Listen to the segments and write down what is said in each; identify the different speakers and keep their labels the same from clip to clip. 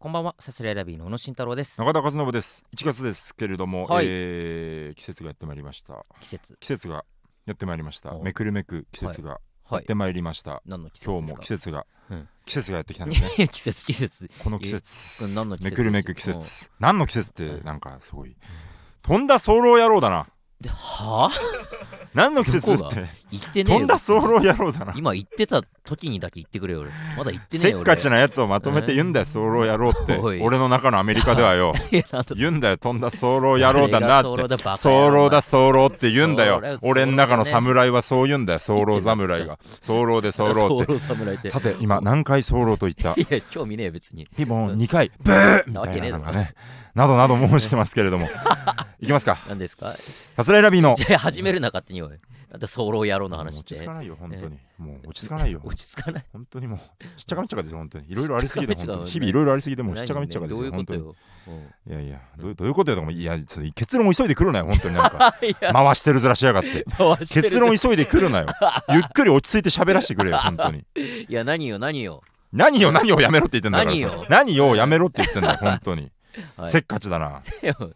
Speaker 1: こんばんはサスレラビーの小野慎太郎です
Speaker 2: 中田和信です1月ですけれども、
Speaker 1: はい
Speaker 2: えー季節がやってまいりました
Speaker 1: 季節
Speaker 2: 季節がやってまいりました
Speaker 1: お
Speaker 2: めくるめく季節がや
Speaker 1: は
Speaker 2: っ
Speaker 1: い
Speaker 2: てまいりました、
Speaker 1: 何の季節ですか
Speaker 2: 今日も季節が、
Speaker 1: うん
Speaker 2: 季節がやってきたんです ね
Speaker 1: 季節季節
Speaker 2: この季
Speaker 1: えこれ
Speaker 2: 節
Speaker 1: 何の季節
Speaker 2: めくるめく季節何の季節ってなんかすごい、飛んだ早漏野郎だな
Speaker 1: ではあ
Speaker 2: 何の季節っ
Speaker 1: どこ
Speaker 2: て
Speaker 1: 言ってねえ
Speaker 2: 飛
Speaker 1: よ
Speaker 2: んだ早漏野郎だな
Speaker 1: 今言ってた時にだけ言ってくれよ俺まだ言ってねえ
Speaker 2: せ
Speaker 1: よ
Speaker 2: っ
Speaker 1: 俺
Speaker 2: かちなやつをまとめて言うんだよ早漏野郎って
Speaker 1: おい
Speaker 2: 俺の中のアメリカではよ
Speaker 1: いやなんだ
Speaker 2: 言うんだよ飛んだ早漏野郎だなって
Speaker 1: 誰が早漏だバカ野郎
Speaker 2: 早漏だ早漏って言うんだよ
Speaker 1: 早漏だ
Speaker 2: 俺の中の侍はそう言うんだよ早漏侍が早漏で早
Speaker 1: ソ
Speaker 2: 漏っ
Speaker 1: ロ侍って
Speaker 2: てさて今何回早漏と言 った
Speaker 1: いや興味ねえよ別に
Speaker 2: リボン2回ブーみたいなのがねなどなど申してますけ れどもいきますか
Speaker 1: 何ですか
Speaker 2: さすらいラビーの
Speaker 1: じゃあ始めるな勝手においなんだソロ野郎の話
Speaker 2: もう
Speaker 1: っ
Speaker 2: 落
Speaker 1: て
Speaker 2: ち着かないよ本当にもう落ち着かないよ
Speaker 1: 落ち着かない
Speaker 2: 本当にもうちっちゃかめっちゃかですよ本当にいろいろありすぎて
Speaker 1: ちっ
Speaker 2: 本
Speaker 1: ちゃ
Speaker 2: 当
Speaker 1: かめっちゃか
Speaker 2: に日々いろいろありすぎてもうちっちゃかめっちゃか
Speaker 1: 何
Speaker 2: で
Speaker 1: ど
Speaker 2: す
Speaker 1: うい
Speaker 2: よ
Speaker 1: うこ
Speaker 2: 本
Speaker 1: と
Speaker 2: 当に
Speaker 1: ようん
Speaker 2: いやいやどうどういうことよとかもいやちょっと結論を急いでくるなよ本当にな んか
Speaker 1: いや
Speaker 2: 回してるずらしやがって
Speaker 1: 回してる
Speaker 2: 結論急いでく るなよ。ゆっくり落ち着いて喋らせてくれよ、本当に。
Speaker 1: いや何よ何よ
Speaker 2: 何よ、何をやめろって言ってんだから
Speaker 1: 何よ
Speaker 2: それ何をやめろって言ってんだよ、本当に。
Speaker 1: はい
Speaker 2: せっかちだな。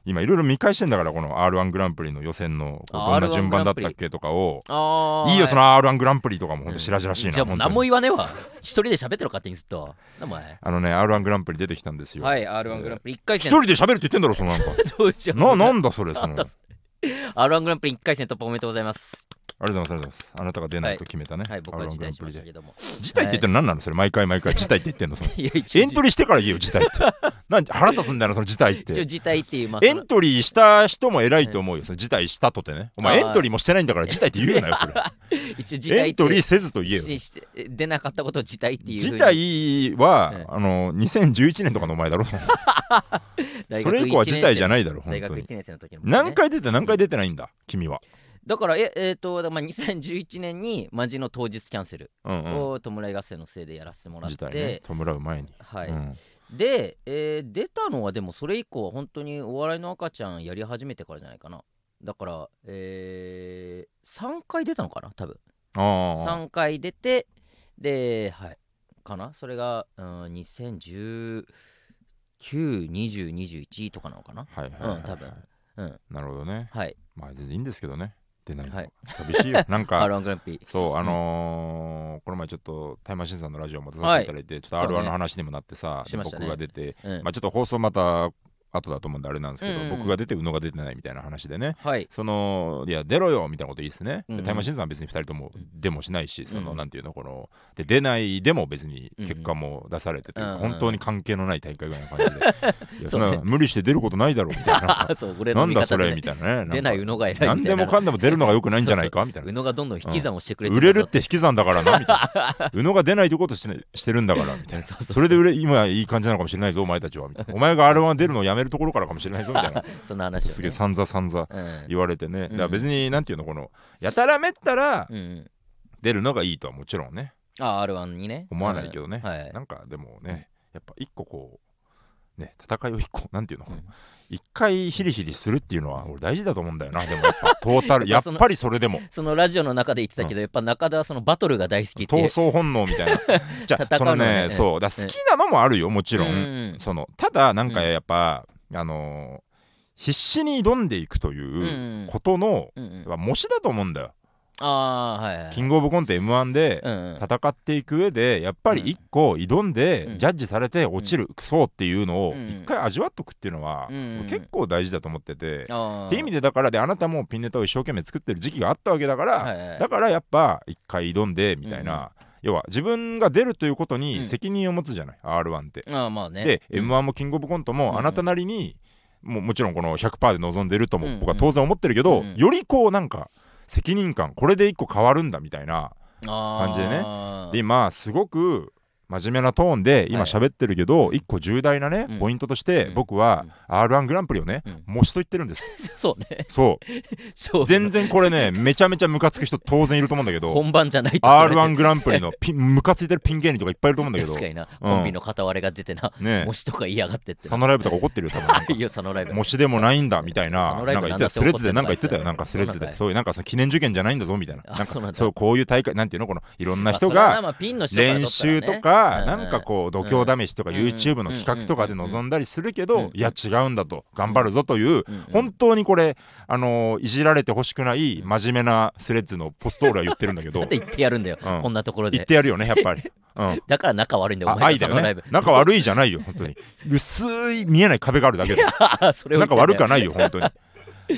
Speaker 2: 今、いろいろ見返してんだから、この R1 グランプリの予選のこう
Speaker 1: あ
Speaker 2: どんな順番だったっけとかを。
Speaker 1: ああ
Speaker 2: いいよ、その R1 グランプリとかも、本当、白々しい
Speaker 1: じゃ
Speaker 2: な。
Speaker 1: あもう
Speaker 2: 本
Speaker 1: 何
Speaker 2: 当
Speaker 1: も
Speaker 2: に
Speaker 1: 言わねえわ。一人で喋ってろ、勝手にずっと。なお前。
Speaker 2: あのね、R1 グランプリ出てきたんですよ。
Speaker 1: はい、R1 グランプリ1回
Speaker 2: 一
Speaker 1: 戦。
Speaker 2: 人で喋るって言ってんだろ、そのなん か。
Speaker 1: どうしよう
Speaker 2: な、なんだそれ、その。ありがと
Speaker 1: R1 グランプリ1回戦突破おめでとうございます。
Speaker 2: うございます、ありがとうございます。あなたが出ないと決めたね。
Speaker 1: はい、僕は
Speaker 2: R1
Speaker 1: 辞
Speaker 2: グラ
Speaker 1: 退
Speaker 2: ン
Speaker 1: し
Speaker 2: プ
Speaker 1: ま
Speaker 2: リ
Speaker 1: した
Speaker 2: で。
Speaker 1: けども。
Speaker 2: 辞退って言ってんの何なのそれ、毎回毎回辞退って言ってんのその。
Speaker 1: いや、一
Speaker 2: エ
Speaker 1: 応
Speaker 2: ントリーしてから言えよ、辞 退って。なんで腹立つんだよな、その辞退っ
Speaker 1: 一応
Speaker 2: て。
Speaker 1: 辞退っていう、まあ、
Speaker 2: エントリーした人も偉いと思うよ、その辞退したとてね。お前、
Speaker 1: あー
Speaker 2: エントリーもしてないんだから辞退って言うなよ、それ。
Speaker 1: 一 応辞退って
Speaker 2: エントリーせずと言えよ。
Speaker 1: しして出なかったことを辞退っていうふ
Speaker 2: 辞
Speaker 1: うに。
Speaker 2: 退は
Speaker 1: ええ、
Speaker 2: あの、2011年とかのお前だろ。そ
Speaker 1: 大学
Speaker 2: れ以降は辞退じゃ
Speaker 1: ない。
Speaker 2: ないだろ、本
Speaker 1: 大
Speaker 2: 当
Speaker 1: 学
Speaker 2: に。
Speaker 1: 1年生の時の、ね。
Speaker 2: 何回出て何回出てないんだ、君は。
Speaker 1: だから、え、えっ、と、まあ、2011年にマジの当日キャンセル
Speaker 2: うんうん。
Speaker 1: を弔い合戦のせいでやらせてもらっ
Speaker 2: 辞
Speaker 1: て、
Speaker 2: 退ね、弔う前に。。
Speaker 1: はいう
Speaker 2: ん
Speaker 1: で、えー出たのはでもそれ以降は本当にお笑いの赤ちゃんやり始めてからじゃないかなだから、えー、3回出たのかな多分
Speaker 2: ああ。
Speaker 1: 3回出てではいかなそれが、うん、20192021とかなのかな
Speaker 2: はいはいはいはい。
Speaker 1: うん多分うん
Speaker 2: なるほどね。
Speaker 1: はい
Speaker 2: まあ、全然いいんですけどね。出ないの
Speaker 1: はい
Speaker 2: 寂しいよ。な んか。
Speaker 1: R1 グランプリ
Speaker 2: そう、あのーこの前ちょっとタイマシンさんのラジオも出させていただいて、ちょっと
Speaker 1: そうね
Speaker 2: R1 の話にもなってさ、
Speaker 1: しましたね
Speaker 2: 僕が出て、
Speaker 1: うん
Speaker 2: まあ、ちょっと放送また後だと思うんであれなんですけど、
Speaker 1: うん
Speaker 2: 僕が出て宇野が出てないみたいな話でね。
Speaker 1: はい
Speaker 2: そのいや出ろよみたいなこといいっすね。
Speaker 1: うんう
Speaker 2: で
Speaker 1: ん
Speaker 2: タイマシンさんは別に2人とも
Speaker 1: うん
Speaker 2: 出もしないし、その
Speaker 1: うん
Speaker 2: なんていうのこので出ないでも別に
Speaker 1: うんうん
Speaker 2: 結果も出されてというか、
Speaker 1: うんうん
Speaker 2: 本当に関係のない大会ぐらいの感 じでいやそん
Speaker 1: そう
Speaker 2: な
Speaker 1: ね
Speaker 2: 無理して出ることないだろうみたいな
Speaker 1: あ そう俺
Speaker 2: な
Speaker 1: の
Speaker 2: ん
Speaker 1: 見
Speaker 2: だそ
Speaker 1: 方
Speaker 2: れ
Speaker 1: で、
Speaker 2: み
Speaker 1: ね、
Speaker 2: たいなね
Speaker 1: 出ない
Speaker 2: ん
Speaker 1: 宇
Speaker 2: か
Speaker 1: 野が偉いみたいな
Speaker 2: 何でもかんでも出るのがよくないんじゃないかみたいな
Speaker 1: 宇野がどんどん引き算をしてくれて
Speaker 2: 売れる
Speaker 1: んだ
Speaker 2: っ
Speaker 1: ぞ
Speaker 2: て引き算だからなみたいな宇野が出ないということして,、してるんだからみたいな
Speaker 1: そうそうそう
Speaker 2: それで売れ今いい感じなのかもしれないぞお前たちはみたいなお前が R1 出るのをやめるところからかもしれないぞみたいな
Speaker 1: そんな話を、ね、
Speaker 2: すげえ散々散々
Speaker 1: うん
Speaker 2: 言われてね、
Speaker 1: ん
Speaker 2: だから別になんていうのこのやたらめったら
Speaker 1: うんうん
Speaker 2: 出るのがいいとはもちろんね
Speaker 1: あ R1 にね
Speaker 2: 思わないけどね、
Speaker 1: うんはい
Speaker 2: なんかでもねやっぱ一個こうね戦いを一個なんていうの、
Speaker 1: うん
Speaker 2: 一回ヒリヒリするっていうのは俺大事だと思うんだよなでもやっぱトータル やっぱりそれでも
Speaker 1: そのラジオの中で言ってたけど、やっぱ中田はそのバトルが大好きって
Speaker 2: 闘争本能みたいなじゃあ
Speaker 1: 戦
Speaker 2: そう
Speaker 1: の
Speaker 2: の
Speaker 1: ね
Speaker 2: ね
Speaker 1: うん
Speaker 2: そうだから好きなのもあるよもちろ
Speaker 1: うんん
Speaker 2: そのただなんかやっぱ、あのー必死に挑んでいくと
Speaker 1: う
Speaker 2: いうんことの、
Speaker 1: うんうん
Speaker 2: やっぱ模試だと思うんだよ、
Speaker 1: ああーはいはい
Speaker 2: キングオブコント m 1で
Speaker 1: うんうん
Speaker 2: 戦っていく上でやっぱり一個挑んで、
Speaker 1: うん
Speaker 2: ジャッジされて落ちる、クソっていうのを
Speaker 1: うん
Speaker 2: 一回味わっとくっていうのは、
Speaker 1: うん
Speaker 2: 結構大事だと思ってて、
Speaker 1: あ
Speaker 2: って意味
Speaker 1: で
Speaker 2: でだからであなたもピンネタを一生懸命作ってる時期があったわけだから、
Speaker 1: はいはい
Speaker 2: だからやっぱ一回挑んでみたいな、要は自分が出るということ
Speaker 1: うん
Speaker 2: に責任を持つじゃない、R1 って。
Speaker 1: あーまあね
Speaker 2: で、
Speaker 1: うん
Speaker 2: M1 もキングオブコント
Speaker 1: うん
Speaker 2: もあなたなりに、もうもちろんこの100%で臨んでると
Speaker 1: うんう
Speaker 2: も
Speaker 1: ん
Speaker 2: 僕は当然思ってるけど、
Speaker 1: うんうん
Speaker 2: よりこうなんか責任感これで一個変わるんだみたいな
Speaker 1: 感
Speaker 2: 感じでねで
Speaker 1: ね
Speaker 2: 今すごく真面目なトーンで今
Speaker 1: はい
Speaker 2: 喋ってるけど一個重大なね
Speaker 1: うん
Speaker 2: ポイントとして
Speaker 1: うん
Speaker 2: 僕は R1 グランプリをね
Speaker 1: うん
Speaker 2: 模試と言ってるんです
Speaker 1: そうね
Speaker 2: そ
Speaker 1: そう
Speaker 2: う全然これねめちゃめちゃムカつく人当然いると思うんだけど
Speaker 1: 本番じゃないって言われて
Speaker 2: R1 グランプリのピンムカついてるピン芸人とかいっぱいいると思うんだけど
Speaker 1: 確かにな、
Speaker 2: うん
Speaker 1: コンビの片割れが出てな
Speaker 2: ね
Speaker 1: 模試とか言いやがってって
Speaker 2: サノライブとか怒ってるよ多分なんか
Speaker 1: いいよそのライブ
Speaker 2: 模試でもないんだみたい
Speaker 1: その
Speaker 2: な、な
Speaker 1: ライ
Speaker 2: ん
Speaker 1: ブ
Speaker 2: か言っ
Speaker 1: なんだって
Speaker 2: てた、スレッズでなんか
Speaker 1: 怒っ
Speaker 2: 言ってて
Speaker 1: んだ
Speaker 2: たよ、なんかスレッ
Speaker 1: そうな
Speaker 2: ズ
Speaker 1: んだ
Speaker 2: で、そういうなんかその記念受験じゃないんだぞみたいな、
Speaker 1: あ
Speaker 2: なん
Speaker 1: そうなん
Speaker 2: か
Speaker 1: だ
Speaker 2: そうこういう大会、なんていうの、このいろんな人
Speaker 1: まあそれは
Speaker 2: が
Speaker 1: まあピンの人から
Speaker 2: 練習と
Speaker 1: 取ったら
Speaker 2: か、
Speaker 1: うん
Speaker 2: なんかこう度胸試しとか
Speaker 1: うん
Speaker 2: YouTube の企画とかで臨んだりするけど、
Speaker 1: うん
Speaker 2: いや違うんだと頑張るぞという、
Speaker 1: うんうん
Speaker 2: 本当にこれ、あのーいじられてほしくない真面目なスレッズのポストオールは言ってるんだけど
Speaker 1: なん で言ってやるんだよ、
Speaker 2: うん
Speaker 1: こんなところ
Speaker 2: 言っ
Speaker 1: で
Speaker 2: てやるよねやっぱり。うん
Speaker 1: だから仲悪いんだよ
Speaker 2: あ
Speaker 1: お前
Speaker 2: 愛
Speaker 1: と
Speaker 2: だ
Speaker 1: そ
Speaker 2: よ
Speaker 1: のライ
Speaker 2: ね
Speaker 1: ブ。
Speaker 2: 仲悪いじゃないよ、本当に。 薄い見えない壁があるだけで。
Speaker 1: それを言っ
Speaker 2: な
Speaker 1: て
Speaker 2: ん
Speaker 1: だ
Speaker 2: か
Speaker 1: よ
Speaker 2: 悪くはないよ、本当に。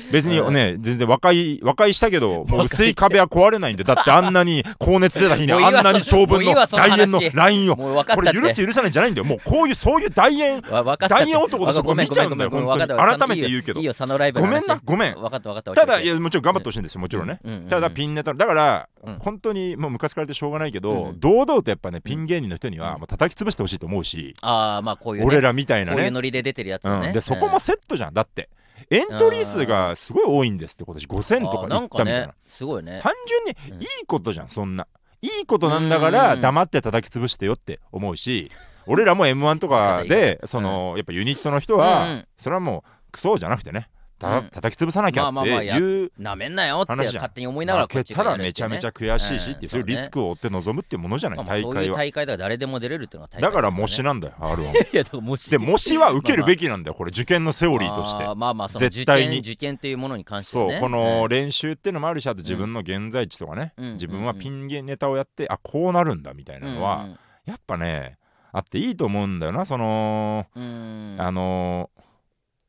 Speaker 2: 別に
Speaker 1: うん
Speaker 2: ね、全然和解、和解したけど、もう薄い壁は壊れないんで、だってあんなに高熱出た日に、
Speaker 1: もういいわ
Speaker 2: あんなに長
Speaker 1: も
Speaker 2: 文
Speaker 1: うい
Speaker 2: の
Speaker 1: いわその話
Speaker 2: 大円のラインを。
Speaker 1: もう分か
Speaker 2: こ
Speaker 1: っ
Speaker 2: れ
Speaker 1: たって
Speaker 2: 許す許さないんじゃないんだよ。もうこういう、そういう大円、
Speaker 1: わ分かったって
Speaker 2: 大円男としてこ
Speaker 1: ご
Speaker 2: れ
Speaker 1: め
Speaker 2: 見
Speaker 1: んご
Speaker 2: ちゃ
Speaker 1: めん
Speaker 2: うん
Speaker 1: ごめ
Speaker 2: だ
Speaker 1: んごめ
Speaker 2: よ、
Speaker 1: ん
Speaker 2: 本
Speaker 1: 分かっ
Speaker 2: 当
Speaker 1: た
Speaker 2: に。改めて言うけど
Speaker 1: いい。よ佐野ライブ
Speaker 2: ご
Speaker 1: の
Speaker 2: めん
Speaker 1: 話
Speaker 2: な、ごめん。
Speaker 1: 分かった分かった
Speaker 2: ただ、いや、もちろん頑張ってほしいんですよ、もちろんね。
Speaker 1: うんうんうん
Speaker 2: ただピンネタだから、
Speaker 1: うん
Speaker 2: 本当にもう昔からでしょうがないけど、
Speaker 1: うん
Speaker 2: 堂々とやっぱねピン芸人の人には
Speaker 1: うん
Speaker 2: もう叩き潰してほしいと思うし、
Speaker 1: ああまあこういうね
Speaker 2: 俺らみたいな
Speaker 1: こういう
Speaker 2: ね
Speaker 1: ノリで出てるやつ
Speaker 2: う
Speaker 1: だ
Speaker 2: ん
Speaker 1: ね
Speaker 2: でそこもセットじゃんだってエントリー数がすごい多いんですって今年5000
Speaker 1: うん
Speaker 2: と
Speaker 1: あー
Speaker 2: か
Speaker 1: ない
Speaker 2: っ
Speaker 1: ん
Speaker 2: た
Speaker 1: か
Speaker 2: みたいな
Speaker 1: ねすごいね
Speaker 2: 単純にいいことじゃんそんないいことなんだから
Speaker 1: うん
Speaker 2: 黙って叩き潰してよって思うし俺らも m 1とかでそのやっぱユニットの人
Speaker 1: うんう
Speaker 2: は
Speaker 1: ん
Speaker 2: それはもうクソじゃなくてねた
Speaker 1: うん
Speaker 2: 叩き潰さなきゃ
Speaker 1: まあ
Speaker 2: って
Speaker 1: まあまあや
Speaker 2: いう
Speaker 1: なめんなよって
Speaker 2: 話じゃん
Speaker 1: 勝手に思いながら
Speaker 2: 負
Speaker 1: こっ
Speaker 2: け
Speaker 1: ち
Speaker 2: た
Speaker 1: がや
Speaker 2: ら
Speaker 1: るっ
Speaker 2: め
Speaker 1: て
Speaker 2: ち
Speaker 1: い
Speaker 2: ゃ
Speaker 1: うね
Speaker 2: めちゃ悔しいしっ
Speaker 1: う
Speaker 2: ていう
Speaker 1: ん
Speaker 2: そういうリスクを負って臨むってものじゃない
Speaker 1: まあまあ
Speaker 2: 大
Speaker 1: そうい
Speaker 2: 会
Speaker 1: う
Speaker 2: は
Speaker 1: 大会だから誰でも出れるっていうのは大会
Speaker 2: だから
Speaker 1: です
Speaker 2: 模試
Speaker 1: ね
Speaker 2: なんだよ R はい
Speaker 1: やだから模試
Speaker 2: で模試は受けるべ
Speaker 1: き
Speaker 2: きなんだよこれ受験のセオリーとして
Speaker 1: まあまあその受
Speaker 2: 絶対
Speaker 1: 験
Speaker 2: に
Speaker 1: 受験というものに関しては
Speaker 2: そう
Speaker 1: ね
Speaker 2: この練習っていうのもあるしあと自分の現在地とかね
Speaker 1: うん
Speaker 2: 自分はピン芸ネタをやってあこうなるんだみたいなのはやっぱねあっていいと思うんだよなその
Speaker 1: うんうんうん
Speaker 2: あのー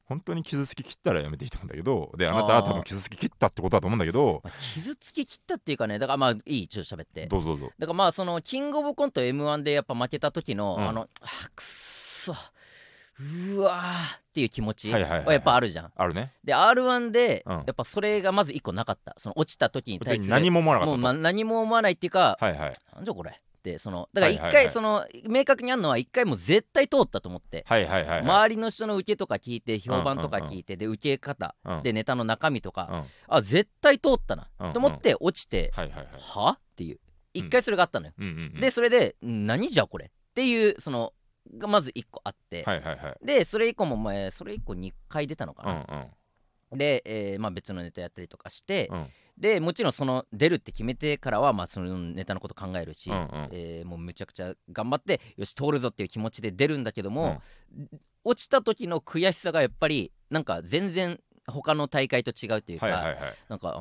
Speaker 2: 本当に傷つき切ったらやめていいと思うんだけどであなたは多分傷つき切ったってことだと思うんだけど
Speaker 1: まあ傷つき切ったっていうかねだからまあいいちょっと喋って
Speaker 2: どうぞどうぞ
Speaker 1: だからまあそのキングオブコント m 1でやっぱ負けた時の、
Speaker 2: うん
Speaker 1: あのあくっそうーわーっていう気持ちは
Speaker 2: はいはいはいはい
Speaker 1: やっぱあるじゃん、
Speaker 2: あるね
Speaker 1: で r 1で
Speaker 2: うん
Speaker 1: やっぱそれがまず一個なかったその落ちた時に対する
Speaker 2: 何も思わなか
Speaker 1: もう、
Speaker 2: っ
Speaker 1: ま、何も思わないっていうか、
Speaker 2: たはいはい
Speaker 1: なんじゃこれってそのだから一
Speaker 2: は
Speaker 1: 回、
Speaker 2: いはいはい
Speaker 1: その明確にあるのは一回もう絶対通ったと思って、
Speaker 2: はいはいはいはい
Speaker 1: 周りの人の受けとか聞いて評判とか聞いて、で受け方
Speaker 2: うん
Speaker 1: でネタの中身とか、
Speaker 2: うん
Speaker 1: あ絶対通ったな、
Speaker 2: うん
Speaker 1: と思って落ちて、
Speaker 2: はいはいはい
Speaker 1: はっていう一回それがあったのよ、
Speaker 2: うんうんうん
Speaker 1: でそれでん何じゃこれっていうそのがまず1個あって、
Speaker 2: はいはいはい
Speaker 1: でそれ以降も前それ以降2回出たのか
Speaker 2: うん
Speaker 1: な、で、えーまあ、別のネタやったりとかして、
Speaker 2: うん
Speaker 1: でもちろんその出るって決めてからは、まあ、そのネタのこと考えるし、
Speaker 2: うんうん
Speaker 1: えーもうむちゃくちゃ頑張ってよし通るぞっていう気持ちで出るんだけど
Speaker 2: うん
Speaker 1: も、落ちた時の悔しさがやっぱりなんか全然他の大会と違うというか、
Speaker 2: はいはいはい
Speaker 1: なんかあ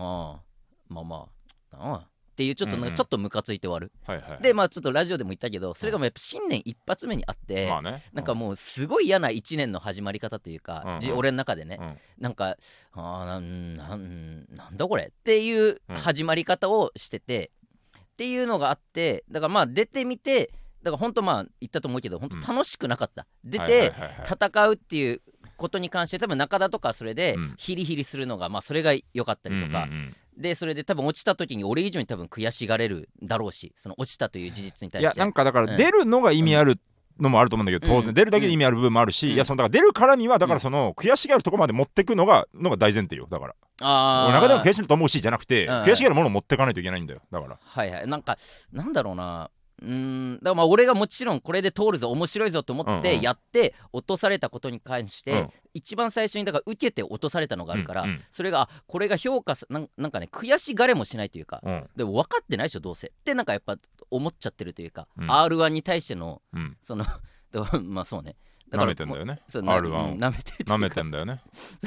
Speaker 1: ーまあまああーっていうちょっとなん
Speaker 2: う
Speaker 1: か
Speaker 2: んうん
Speaker 1: ちょっとムカついて終わる。
Speaker 2: はいはい
Speaker 1: でまあちょっとラジオでも言ったけどそれがもうやっぱ新年一発目にあって、
Speaker 2: まあね
Speaker 1: なんかもうすごい嫌な1年の始まり方というか、
Speaker 2: うんうん
Speaker 1: じ俺の中でね、
Speaker 2: うん
Speaker 1: なんかあーなんなんなんだこれっていう
Speaker 2: うん
Speaker 1: 始まり方をしてて、っていうのがあってだからまあ出てみてだから本当まあ言ったと思うけど本当楽しくなかった、出
Speaker 2: はいは
Speaker 1: て
Speaker 2: いはいはい
Speaker 1: 戦うっていうことに関して多分中田とかそれで
Speaker 2: うん
Speaker 1: ヒリヒリするのがまあそれが良かったりとか、
Speaker 2: うんうんうん
Speaker 1: でそれで多分落ちた時に俺以上に多分悔しがれるだろうしその落ちたという事実に対
Speaker 2: い
Speaker 1: し
Speaker 2: や
Speaker 1: て
Speaker 2: なんかだか
Speaker 1: う
Speaker 2: ら
Speaker 1: ん
Speaker 2: 出るのが意味あるのもあると思うんだけど当
Speaker 1: うん
Speaker 2: 然出るだけで意味ある部分もある
Speaker 1: うん
Speaker 2: しいやそのだから出るからにはだか
Speaker 1: うん
Speaker 2: らその悔しがるとこまで持ってくのがのが大前提よだから
Speaker 1: あー
Speaker 2: 俺中でも悔しいと思うしじゃなくて
Speaker 1: うん
Speaker 2: 悔しがるものを持ってかないといけないんだよだから
Speaker 1: はいはいなんかなんだろうなうーんだからまあ俺がもちろんこれで通るぞ面白いぞと思っ
Speaker 2: うんう
Speaker 1: て
Speaker 2: ん
Speaker 1: やって落とされたことに関して、
Speaker 2: うん
Speaker 1: 一番最初にだから受けて落とされたのがあるから、
Speaker 2: うんうん
Speaker 1: それがあこれが評価さなんなんかね悔しがれもしないというか、
Speaker 2: うん
Speaker 1: でも分かってないでしょどうせってなんかやっぱ思っちゃってるというか、
Speaker 2: うん
Speaker 1: r 1に対しての
Speaker 2: うん
Speaker 1: その だからまあそうねだか
Speaker 2: 舐
Speaker 1: ら
Speaker 2: めてんだよね
Speaker 1: そう
Speaker 2: R1
Speaker 1: う
Speaker 2: を
Speaker 1: ん舐めてると
Speaker 2: 舐
Speaker 1: いう
Speaker 2: め
Speaker 1: か
Speaker 2: てんだよね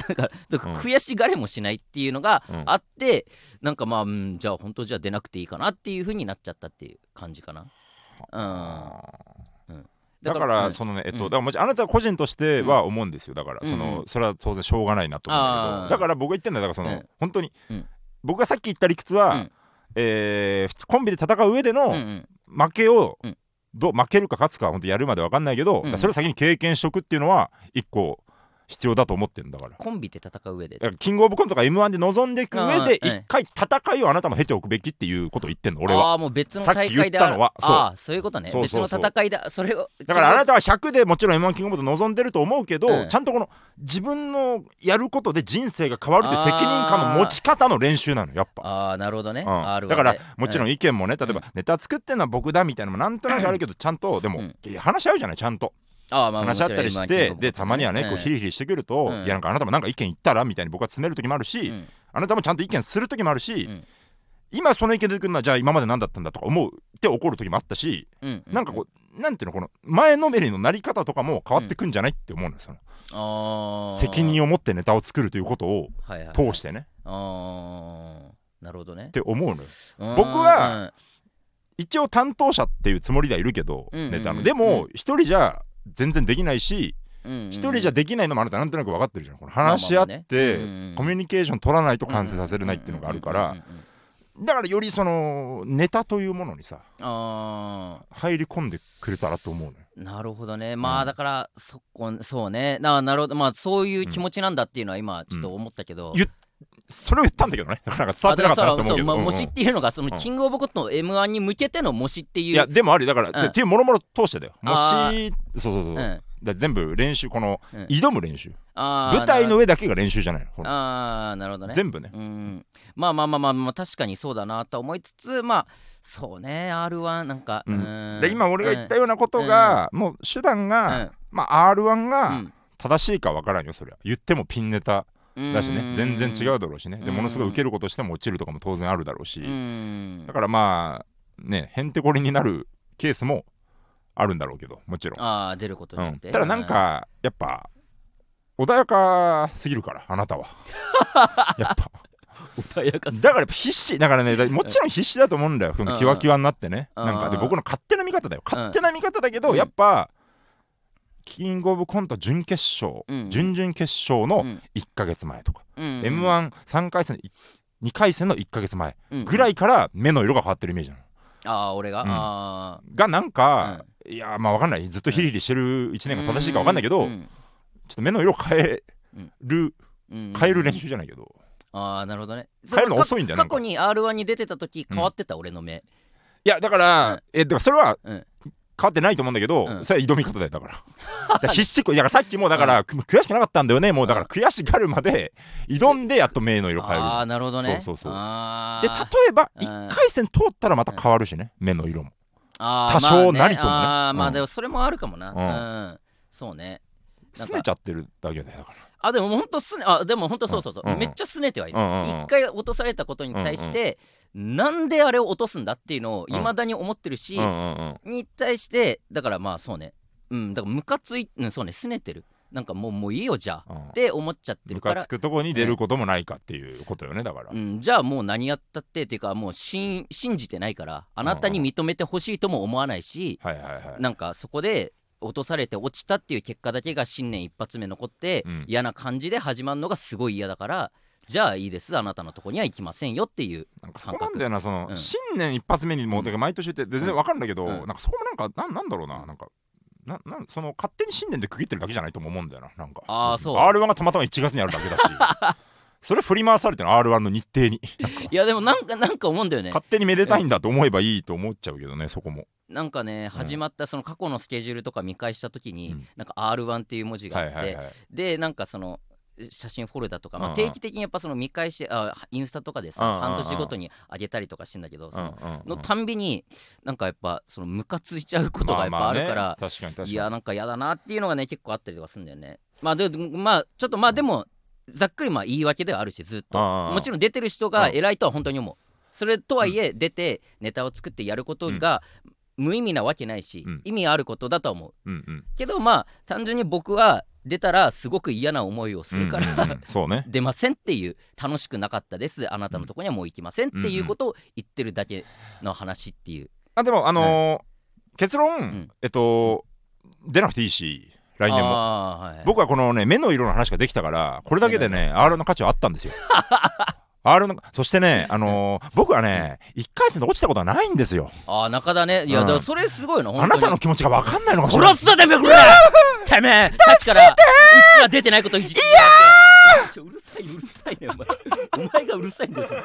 Speaker 1: だからそう
Speaker 2: うん
Speaker 1: 悔しがれもしないっていうのが
Speaker 2: うん
Speaker 1: あって、なんかまあ、うん、じゃあ本当じゃあ出なくていいかなっていうふうになっちゃったっていう感じかな。うん、
Speaker 2: だからそのねえっとだからもちろんあなた個人としては思うんですよだからそ
Speaker 1: うんう
Speaker 2: の
Speaker 1: ん
Speaker 2: それは当然しょうがないなと思うんだ
Speaker 1: あー
Speaker 2: けどだから僕が言ってんだよだからそ
Speaker 1: うん
Speaker 2: の本当に
Speaker 1: うん
Speaker 2: 僕がさっき言った理屈
Speaker 1: う
Speaker 2: は
Speaker 1: ん
Speaker 2: えー普通コンビで戦う上での
Speaker 1: うんうん
Speaker 2: 負けを、
Speaker 1: うん
Speaker 2: どう負けるか勝つかは本当やるまで分かんないけど、
Speaker 1: うんうん
Speaker 2: それを先に経験しとくっていうのは一個必要だと思ってるんだから。
Speaker 1: コンビで戦う上で。
Speaker 2: だからキングオブコントとか m 1で臨んでいく上で
Speaker 1: あーはい
Speaker 2: 一回戦いをあなたも経ておくべきっていうことを言ってんの俺は
Speaker 1: ああもう別の
Speaker 2: さっき
Speaker 1: 大会で
Speaker 2: 言ったのはそう
Speaker 1: ああそういうことね
Speaker 2: そうそうそ
Speaker 1: 別
Speaker 2: う
Speaker 1: の戦いだそれを
Speaker 2: だからあな
Speaker 1: た
Speaker 2: たは100でもちろん m 1キングオブコント臨んでると思うけど、
Speaker 1: うん
Speaker 2: ちゃんとこの自分のやることで人生が変わるという責任感の持ち方の練習なのやっぱ。
Speaker 1: ああなるほどね、
Speaker 2: うん
Speaker 1: R1
Speaker 2: だから
Speaker 1: で
Speaker 2: もちろん意見もね例えばネタ作ってんのは僕だみたいなのもなんとなくあるけどちゃんとでも
Speaker 1: うん
Speaker 2: 話し合うじゃないちゃんと
Speaker 1: ああまあまあ
Speaker 2: 話し合ったり
Speaker 1: も
Speaker 2: し
Speaker 1: ちろん
Speaker 2: て
Speaker 1: M1
Speaker 2: でたまにはねこうヒリヒリしてくると
Speaker 1: うん
Speaker 2: いやなんかあなたもなんか意見言ったらみたいに僕は詰める時もある
Speaker 1: う
Speaker 2: し
Speaker 1: ん
Speaker 2: あなたもちゃんと意見する時もあるし
Speaker 1: うん
Speaker 2: 今その意見出てくるのはじゃあ今まで何だったんだとか思うって怒る時もあったし、
Speaker 1: うんう
Speaker 2: なんかこうなんていうのこの前のめりのなり方とかも変わってくんじゃないって思うんですよ、
Speaker 1: あ
Speaker 2: 責任
Speaker 1: を
Speaker 2: を持ってネタを作るということを通しててね
Speaker 1: あーなるほどね
Speaker 2: って思うのよ
Speaker 1: 僕
Speaker 2: 僕は、一応担当者っていうつもりではいるけど、
Speaker 1: うんうんうん
Speaker 2: ネタ
Speaker 1: う
Speaker 2: の
Speaker 1: ん
Speaker 2: でも一人じゃ全然できないし
Speaker 1: うんうんうん
Speaker 2: 一人じゃできないのもあなたなんとなく分かってるじゃんこの
Speaker 1: まあまあ
Speaker 2: 話し合っ
Speaker 1: ねうん
Speaker 2: て
Speaker 1: うん
Speaker 2: コミュニケーション取らないと完成させれないっていうのがあるか
Speaker 1: うん
Speaker 2: ら
Speaker 1: うんうんうんうん
Speaker 2: だからよりそのネタというものにさ
Speaker 1: ああ
Speaker 2: 入り込んでくれたらと思うのよ
Speaker 1: なるほどねまあ、
Speaker 2: うん
Speaker 1: だからそこそうねななるほどまあそういう気持ちなんだっていうのは今ちょっと思ったけど、
Speaker 2: うん言っそれを言ったんだけどねなんか伝わ
Speaker 1: あ
Speaker 2: って
Speaker 1: だ
Speaker 2: な
Speaker 1: か
Speaker 2: か
Speaker 1: ら
Speaker 2: ったな
Speaker 1: そ
Speaker 2: と
Speaker 1: うそう
Speaker 2: 思うけど
Speaker 1: まあ
Speaker 2: うんうん
Speaker 1: 模試っていうのがその
Speaker 2: うん
Speaker 1: キングオブコントの m 1に向けての模試っていう
Speaker 2: いやでもありだから、
Speaker 1: うん
Speaker 2: っていうもろもろ通してだよも
Speaker 1: あ
Speaker 2: しそうそうそう、
Speaker 1: うん
Speaker 2: だから全部練習この、
Speaker 1: うん
Speaker 2: 挑む練習
Speaker 1: あー
Speaker 2: 舞台の
Speaker 1: なる
Speaker 2: 上だけが練習じゃないのほ
Speaker 1: ほど
Speaker 2: ら
Speaker 1: あーなるほどね
Speaker 2: 全部ね
Speaker 1: うんまあまあまあまあ、まあ、確かにそうだなと思いつつまあそうね R1 なんか、
Speaker 2: うん
Speaker 1: ーん
Speaker 2: で今俺が言ったようなことが、もう手段
Speaker 1: うん
Speaker 2: が、まあ R1
Speaker 1: う
Speaker 2: が
Speaker 1: ん
Speaker 2: 正しいかわからんよそりゃ言ってもピンネタ
Speaker 1: うん
Speaker 2: だしね全然違
Speaker 1: う
Speaker 2: うだろうしね
Speaker 1: う
Speaker 2: で
Speaker 1: ん
Speaker 2: ものすごい受けることしても落ちるとかも当然あるだろうし
Speaker 1: ん
Speaker 2: だからまあねへんてこりになるケースもあるんだろうけどもちろん、
Speaker 1: ああ出ることに
Speaker 2: う
Speaker 1: よっ
Speaker 2: ん、
Speaker 1: て、
Speaker 2: ただなんかやっぱ穏やかすぎるからあ なたはやっぱ
Speaker 1: うん穏やかす
Speaker 2: だからやっぱ必死だからねだもちろん必死だと思うんだよふむ
Speaker 1: うん
Speaker 2: キワキワになってね
Speaker 1: うん
Speaker 2: なんかで僕の勝手な見方だよ
Speaker 1: ん
Speaker 2: 勝手な見方だけ
Speaker 1: う
Speaker 2: ど
Speaker 1: ん
Speaker 2: やっぱキングオブコント準決勝
Speaker 1: うん
Speaker 2: 準々決勝
Speaker 1: う
Speaker 2: の
Speaker 1: ん
Speaker 2: 1ヶ月前とか
Speaker 1: うん
Speaker 2: m 1 3回戦2回戦の1ヶ月前
Speaker 1: うん
Speaker 2: ぐらいから目の色が変わってるイメージなの
Speaker 1: ああ俺が、
Speaker 2: うん
Speaker 1: あ
Speaker 2: がなんか
Speaker 1: あ
Speaker 2: いやまあわかんないずっとヒリヒリしてる1年が正しいかわかんないけど
Speaker 1: う
Speaker 2: ちょ
Speaker 1: ん
Speaker 2: っと目の色変える
Speaker 1: うん
Speaker 2: 変える練習じゃないけど
Speaker 1: ああなるほどね
Speaker 2: 変えるの遅いんだよなん
Speaker 1: 過
Speaker 2: か
Speaker 1: 去に r 1に出てた時
Speaker 2: うん
Speaker 1: 変わってた俺の目、
Speaker 2: いやだか
Speaker 1: うん
Speaker 2: らえでもそれは
Speaker 1: うん
Speaker 2: 変わってないと思うんだけど、
Speaker 1: うん
Speaker 2: それは挑み方だよ だからだから必死こいだからさっきもだから、く悔しくなかったんだよねもうだから悔しがるまで挑んでやっと目の色変えるじ
Speaker 1: あ
Speaker 2: ゃ
Speaker 1: あ
Speaker 2: ん
Speaker 1: なるほどね
Speaker 2: そうそうそう
Speaker 1: あ
Speaker 2: で例
Speaker 1: ー
Speaker 2: えば
Speaker 1: うん
Speaker 2: 1回戦通ったらまた変わるしね、目の色も
Speaker 1: あー
Speaker 2: 多少なりともね
Speaker 1: まああー
Speaker 2: うん
Speaker 1: まあでもそれもあるかもな
Speaker 2: う
Speaker 1: うん、そうねなんか
Speaker 2: 拗ねちゃってるだけだよだか
Speaker 1: あでも本当すねあでも本当そうそうそう、
Speaker 2: うんうん
Speaker 1: めっちゃすねてはいる、
Speaker 2: うんうんうん
Speaker 1: 一回落とされたことに対して、なんであれを落とすんだっていうのをいまだに思ってるし、
Speaker 2: ら、うんうんうん
Speaker 1: に対してだからまあそうねうんだからムカつい、うん、そうねすねてるなんかもうもういいよじゃあ
Speaker 2: うん
Speaker 1: って思っちゃってる
Speaker 2: ム
Speaker 1: か
Speaker 2: カ
Speaker 1: ら
Speaker 2: つくとこに出ることもないかっていうことよねだから、
Speaker 1: うん、じゃあもう何やったってっていうかもう信信じてないからあなたに認めてほしいとも思わないし、
Speaker 2: はいはいはい
Speaker 1: なんかそこで落とされて落ちたっていう結果だけが新年一発目残って、
Speaker 2: うん
Speaker 1: 嫌な感じで始まるのがすごい嫌だからじゃあいいですあなたのとこには行きませんよっていう
Speaker 2: なんかそこなんだよなその、
Speaker 1: うん
Speaker 2: 新年一発目にもうだから毎年言って全然わかるんだけ
Speaker 1: う
Speaker 2: ど、
Speaker 1: ん
Speaker 2: なんかそこもなんかなんなんだろうななんかななんその勝手に新年で区切ってるだけじゃないとも思うんだよななんか
Speaker 1: あーそう
Speaker 2: R1 がたまたま1月にあるだけ だしそれ振り回されてる R1 の日程に
Speaker 1: いやでもなんかなんか思うんだよね
Speaker 2: 勝手にめでたいんだと思えばいいと思っちゃうけどねそこも
Speaker 1: なんかね始まったその過去のスケジュールとか見返した時に、
Speaker 2: うん
Speaker 1: なんか R1 っていう文字があ
Speaker 2: は
Speaker 1: っ
Speaker 2: い
Speaker 1: て、
Speaker 2: はいはい
Speaker 1: でなんかその写真フォルダとか、ま
Speaker 2: うん
Speaker 1: あ、
Speaker 2: うん
Speaker 1: 定期的にやっぱその見返してあインスタとかでさ、
Speaker 2: うんうんうん
Speaker 1: 半年ごとに上げたりとかしてんだけど、その
Speaker 2: うんうんうん
Speaker 1: のたんびになんかやっぱそのムカついちゃうことがやっ
Speaker 2: ま
Speaker 1: ぱあ
Speaker 2: まね
Speaker 1: るから、
Speaker 2: 確かに確かに
Speaker 1: いやなんか嫌だなっていうのがね結構あったりとかするんだよねまあでまあちょっとまあでもざっくりまあ言い訳ではあるしずっと
Speaker 2: ああ
Speaker 1: もちろん出てる人が偉いとは本当に思うそれとはいえ出てネタを作ってやることが無意味なわけないし、
Speaker 2: うん
Speaker 1: 意味あることだとは思う
Speaker 2: うんうん
Speaker 1: けどまあ単純に僕は出たらすごく嫌な思いをするから、
Speaker 2: うんうんうんそうね
Speaker 1: 出ませんっていう楽しくなかったですあなたのとこにはもう行きませんっていうことを言ってるだけの話っていう、
Speaker 2: あでもあのー結論、
Speaker 1: ん
Speaker 2: えっと出なくていいし来年も
Speaker 1: あーはい
Speaker 2: 僕はこのね目の色の話ができたからこれだけでね R の価値はあった んですよ R のそしてねあのー僕はね1回戦で落ちたことはないんですよ
Speaker 1: ああ中田ねいや、
Speaker 2: うん
Speaker 1: だからそれすごいの
Speaker 2: あなたの気持ちが分かんないのかもしれない
Speaker 1: 殺すぞてめえこれ てめえさっきからうっすら出てないこといじっていやうるさいうるさいねお前お前がうるさいんですっ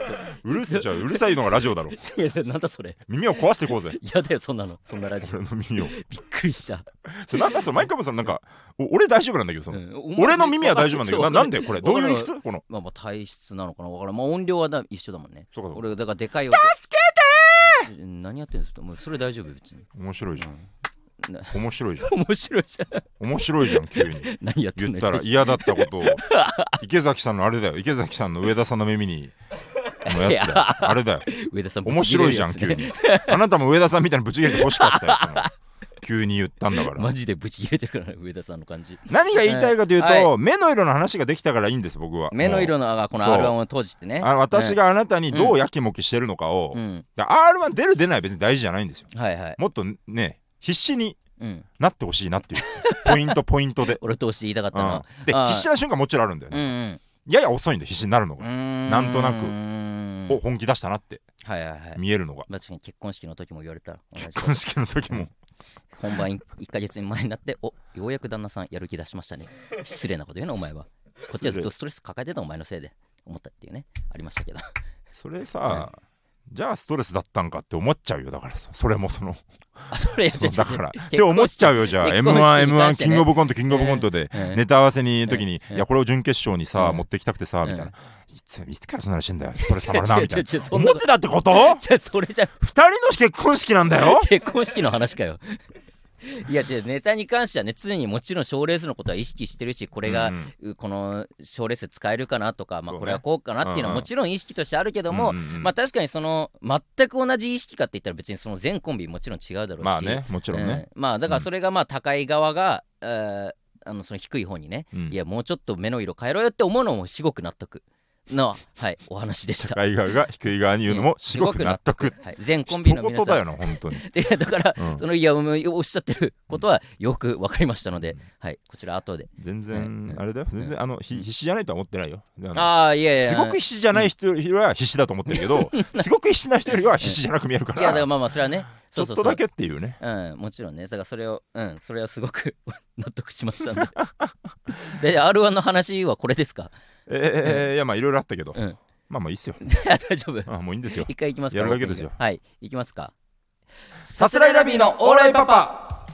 Speaker 2: うるせえじゃあうるさいのがラジオだろ
Speaker 1: ていやいやなんだそれ
Speaker 2: 耳を壊していこうぜ
Speaker 1: 嫌だよそんなのそんなラジオ
Speaker 2: 俺の耳を
Speaker 1: びっくりした、
Speaker 2: それなんだそれ毎回もそのなんかお俺大丈夫なんだけ どその、
Speaker 1: うんお前
Speaker 2: 俺の耳は大丈夫なんだけどななんでこれどういう理
Speaker 1: わかんな
Speaker 2: 屈この
Speaker 1: まあまあ体質なのかなわからんまあ音量はだ一緒だもんね
Speaker 2: そうかそうか
Speaker 1: 俺だからでかい音助けて何やってんですかもうそれ大丈夫別に、
Speaker 2: 面白いじゃん
Speaker 1: うんな
Speaker 2: 面白いじゃん
Speaker 1: 面白いじゃん
Speaker 2: 面白いじゃん急に
Speaker 1: 何やってん
Speaker 2: 言
Speaker 1: の
Speaker 2: ったら嫌だったことを池崎さんのあれだよ池崎さんの上田さんの耳にのやつだよ。あれだよ。
Speaker 1: 上田さん
Speaker 2: 面白いじゃん、
Speaker 1: ブチ切
Speaker 2: 急
Speaker 1: れるやつね
Speaker 2: に。あなたも上田さんみたいにぶち切れて欲しかったよ。その急に言ったんだから。
Speaker 1: マジでブチ切れてるからね上田さんの感じ
Speaker 2: 何が言いたいかというと、
Speaker 1: は
Speaker 2: 目の色の話ができたからいいんです僕は
Speaker 1: 目の
Speaker 2: も
Speaker 1: 色のがこの
Speaker 2: そう
Speaker 1: R1 を閉じてね
Speaker 2: うあ私
Speaker 1: が
Speaker 2: があなたにどうやきもきしてるのかを、
Speaker 1: うん
Speaker 2: だから R1 出る出ないは別に大事じゃないんですよ
Speaker 1: はいはい
Speaker 2: もっとね必死に
Speaker 1: うん
Speaker 2: なってほしいなっていうポイントポイントで、
Speaker 1: 俺通して言いたかった
Speaker 2: う
Speaker 1: の
Speaker 2: ん
Speaker 1: は、
Speaker 2: で
Speaker 1: あー
Speaker 2: 必死な瞬間もちろんあるんだよ
Speaker 1: う
Speaker 2: ね、
Speaker 1: んうん
Speaker 2: やや遅いんで必死になるの
Speaker 1: う
Speaker 2: が、
Speaker 1: ーん
Speaker 2: なんとなく
Speaker 1: く
Speaker 2: お本気出したなって
Speaker 1: はいはいはい
Speaker 2: 見えるのが
Speaker 1: 確かに結婚式の時も言われたら同じ
Speaker 2: 結婚式の時も
Speaker 1: 本番1か月前になっておようやく旦那さんやる気出しましたね失礼なこと言うなお前はこっちはずっとストレス抱えてたお前のせいで思ったっていうねありましたけど
Speaker 2: それさ、じゃあストレスだったんかって思っちゃうよだからそれもその
Speaker 1: あ それ
Speaker 2: そうだから
Speaker 1: 結婚式
Speaker 2: って思っちゃうよじゃあ
Speaker 1: 結
Speaker 2: m
Speaker 1: 婚式
Speaker 2: 1 m
Speaker 1: に関
Speaker 2: 1
Speaker 1: して
Speaker 2: キ
Speaker 1: ね
Speaker 2: ングオブコントキングオブコントで
Speaker 1: うん
Speaker 2: ネタ合わせに時に、
Speaker 1: うん
Speaker 2: いやこれを準決勝にさ、
Speaker 1: うん
Speaker 2: 持ってきたくてさ、
Speaker 1: うん
Speaker 2: みたいないついつからそんなのしてんだよストレスたまるな
Speaker 1: 違う
Speaker 2: みた
Speaker 1: 違
Speaker 2: い
Speaker 1: う違う
Speaker 2: な
Speaker 1: そんな
Speaker 2: 思ってたってこと
Speaker 1: じゃあそれじゃ
Speaker 2: 二人の結婚式なんだよ
Speaker 1: 結婚式の話かよ いや違うネタに関してはね常にもちろん賞ーレースのことは意識してるしこれが、
Speaker 2: うん
Speaker 1: うこの賞ーレース使えるかなとか、まあ、
Speaker 2: そうね
Speaker 1: これはこうかなっていうの
Speaker 2: うんう
Speaker 1: は
Speaker 2: ん
Speaker 1: もちろん意識としてあるけども、
Speaker 2: うんうんうん
Speaker 1: まあ確かにその全く同じ意識かって言ったら別にその全コンビもちろん違うだろうし、
Speaker 2: まあねもちろんね、
Speaker 1: うんまあだからそれがまあ高い側が、えーあのその低い方にね、
Speaker 2: うん
Speaker 1: いやもうちょっと目の色変えろよって思うのも至極納得の、はい、お話で した。
Speaker 2: 高い側が低い側に言うのもすごく納得
Speaker 1: はい、全コン
Speaker 2: 一
Speaker 1: ビの皆
Speaker 2: 言だ
Speaker 1: さ
Speaker 2: よ
Speaker 1: ん
Speaker 2: な本当に
Speaker 1: でだから、
Speaker 2: うん
Speaker 1: そのいやお前おっしゃってることはよく分かりましたので、はい、こちら後で。
Speaker 2: 全
Speaker 1: うんう
Speaker 2: 然
Speaker 1: ん
Speaker 2: あれだよ全然あのひ必死じゃないとは思ってないよあの
Speaker 1: ああいやいや
Speaker 2: すごく必死じゃない人よりは必死だと思ってるけど すごく必死な人よりは必死じゃなく見えるか
Speaker 1: いやだかららまあまあそれは ね
Speaker 2: ち
Speaker 1: そ
Speaker 2: ょ
Speaker 1: う
Speaker 2: っ
Speaker 1: そう
Speaker 2: と
Speaker 1: そう
Speaker 2: だけっていうね
Speaker 1: うん、もちろんね、だからそれを、うん、それはすごく 納得しましたの で。で、R1 の話はこれですか
Speaker 2: えーいやまあいろいろあったけど
Speaker 1: うん
Speaker 2: まあまあいいっすよ
Speaker 1: 大丈夫。
Speaker 2: あもういいんで すよ
Speaker 1: 一回いきますか。
Speaker 2: やるだけですよ
Speaker 1: はい、いきますか。
Speaker 2: さすらいラビーのオーライパパ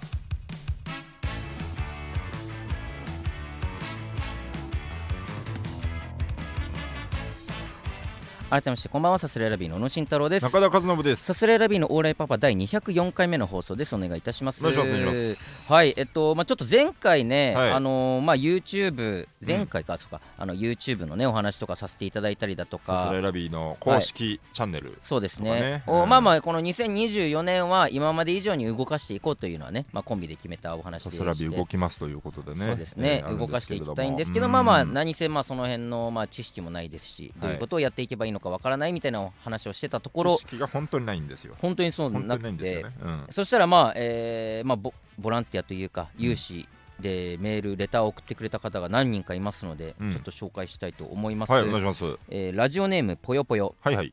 Speaker 1: 改めまして、こんばんは、さすらいラビーの小野慎太郎です。
Speaker 2: 中田和信です
Speaker 1: さすらいラビーのオーライパパ第204回目の放送です。お願いいたします。
Speaker 2: お願いしますお願いします
Speaker 1: はい、えっと、まあ、ちょっと前回ね、
Speaker 2: はい
Speaker 1: あのーまあ、YouTube、前回か、そうか、あの、YouTube のね、お話とかさせていただいたりだと
Speaker 2: さすら
Speaker 1: か、
Speaker 2: いラビーの公式チャンネル
Speaker 1: そうです
Speaker 2: とか
Speaker 1: ね
Speaker 2: ね
Speaker 1: お
Speaker 2: うん
Speaker 1: まあまあこの2024年は今まで以上に動かしていこうというのはね、まあ、コンビで決めたお話
Speaker 2: さ
Speaker 1: でし
Speaker 2: す
Speaker 1: て
Speaker 2: らび動きますということでね
Speaker 1: そうですね、
Speaker 2: えーあるん
Speaker 1: 動か
Speaker 2: で
Speaker 1: し
Speaker 2: す
Speaker 1: て
Speaker 2: れ
Speaker 1: い
Speaker 2: ども
Speaker 1: きたいんですけどまあまあ
Speaker 2: うん
Speaker 1: 何せまあその辺のまあ知識もないですし、どういうことをやっていけばいいのかわからないみたいなお話をしてたところ
Speaker 2: 知識が本当にないんですよ
Speaker 1: 本当にそう
Speaker 2: 本当
Speaker 1: な
Speaker 2: にな
Speaker 1: く
Speaker 2: いんですよ
Speaker 1: て
Speaker 2: ねうん
Speaker 1: そしたらまあ、えーまあ、ボボランティアというか有志でメールレターを送ってくれた方が何人かいますので、
Speaker 2: うん
Speaker 1: ちょっと紹介したいと思います、
Speaker 2: はいお願いしますは
Speaker 1: えーラジオネームぽよぽよ
Speaker 2: いはい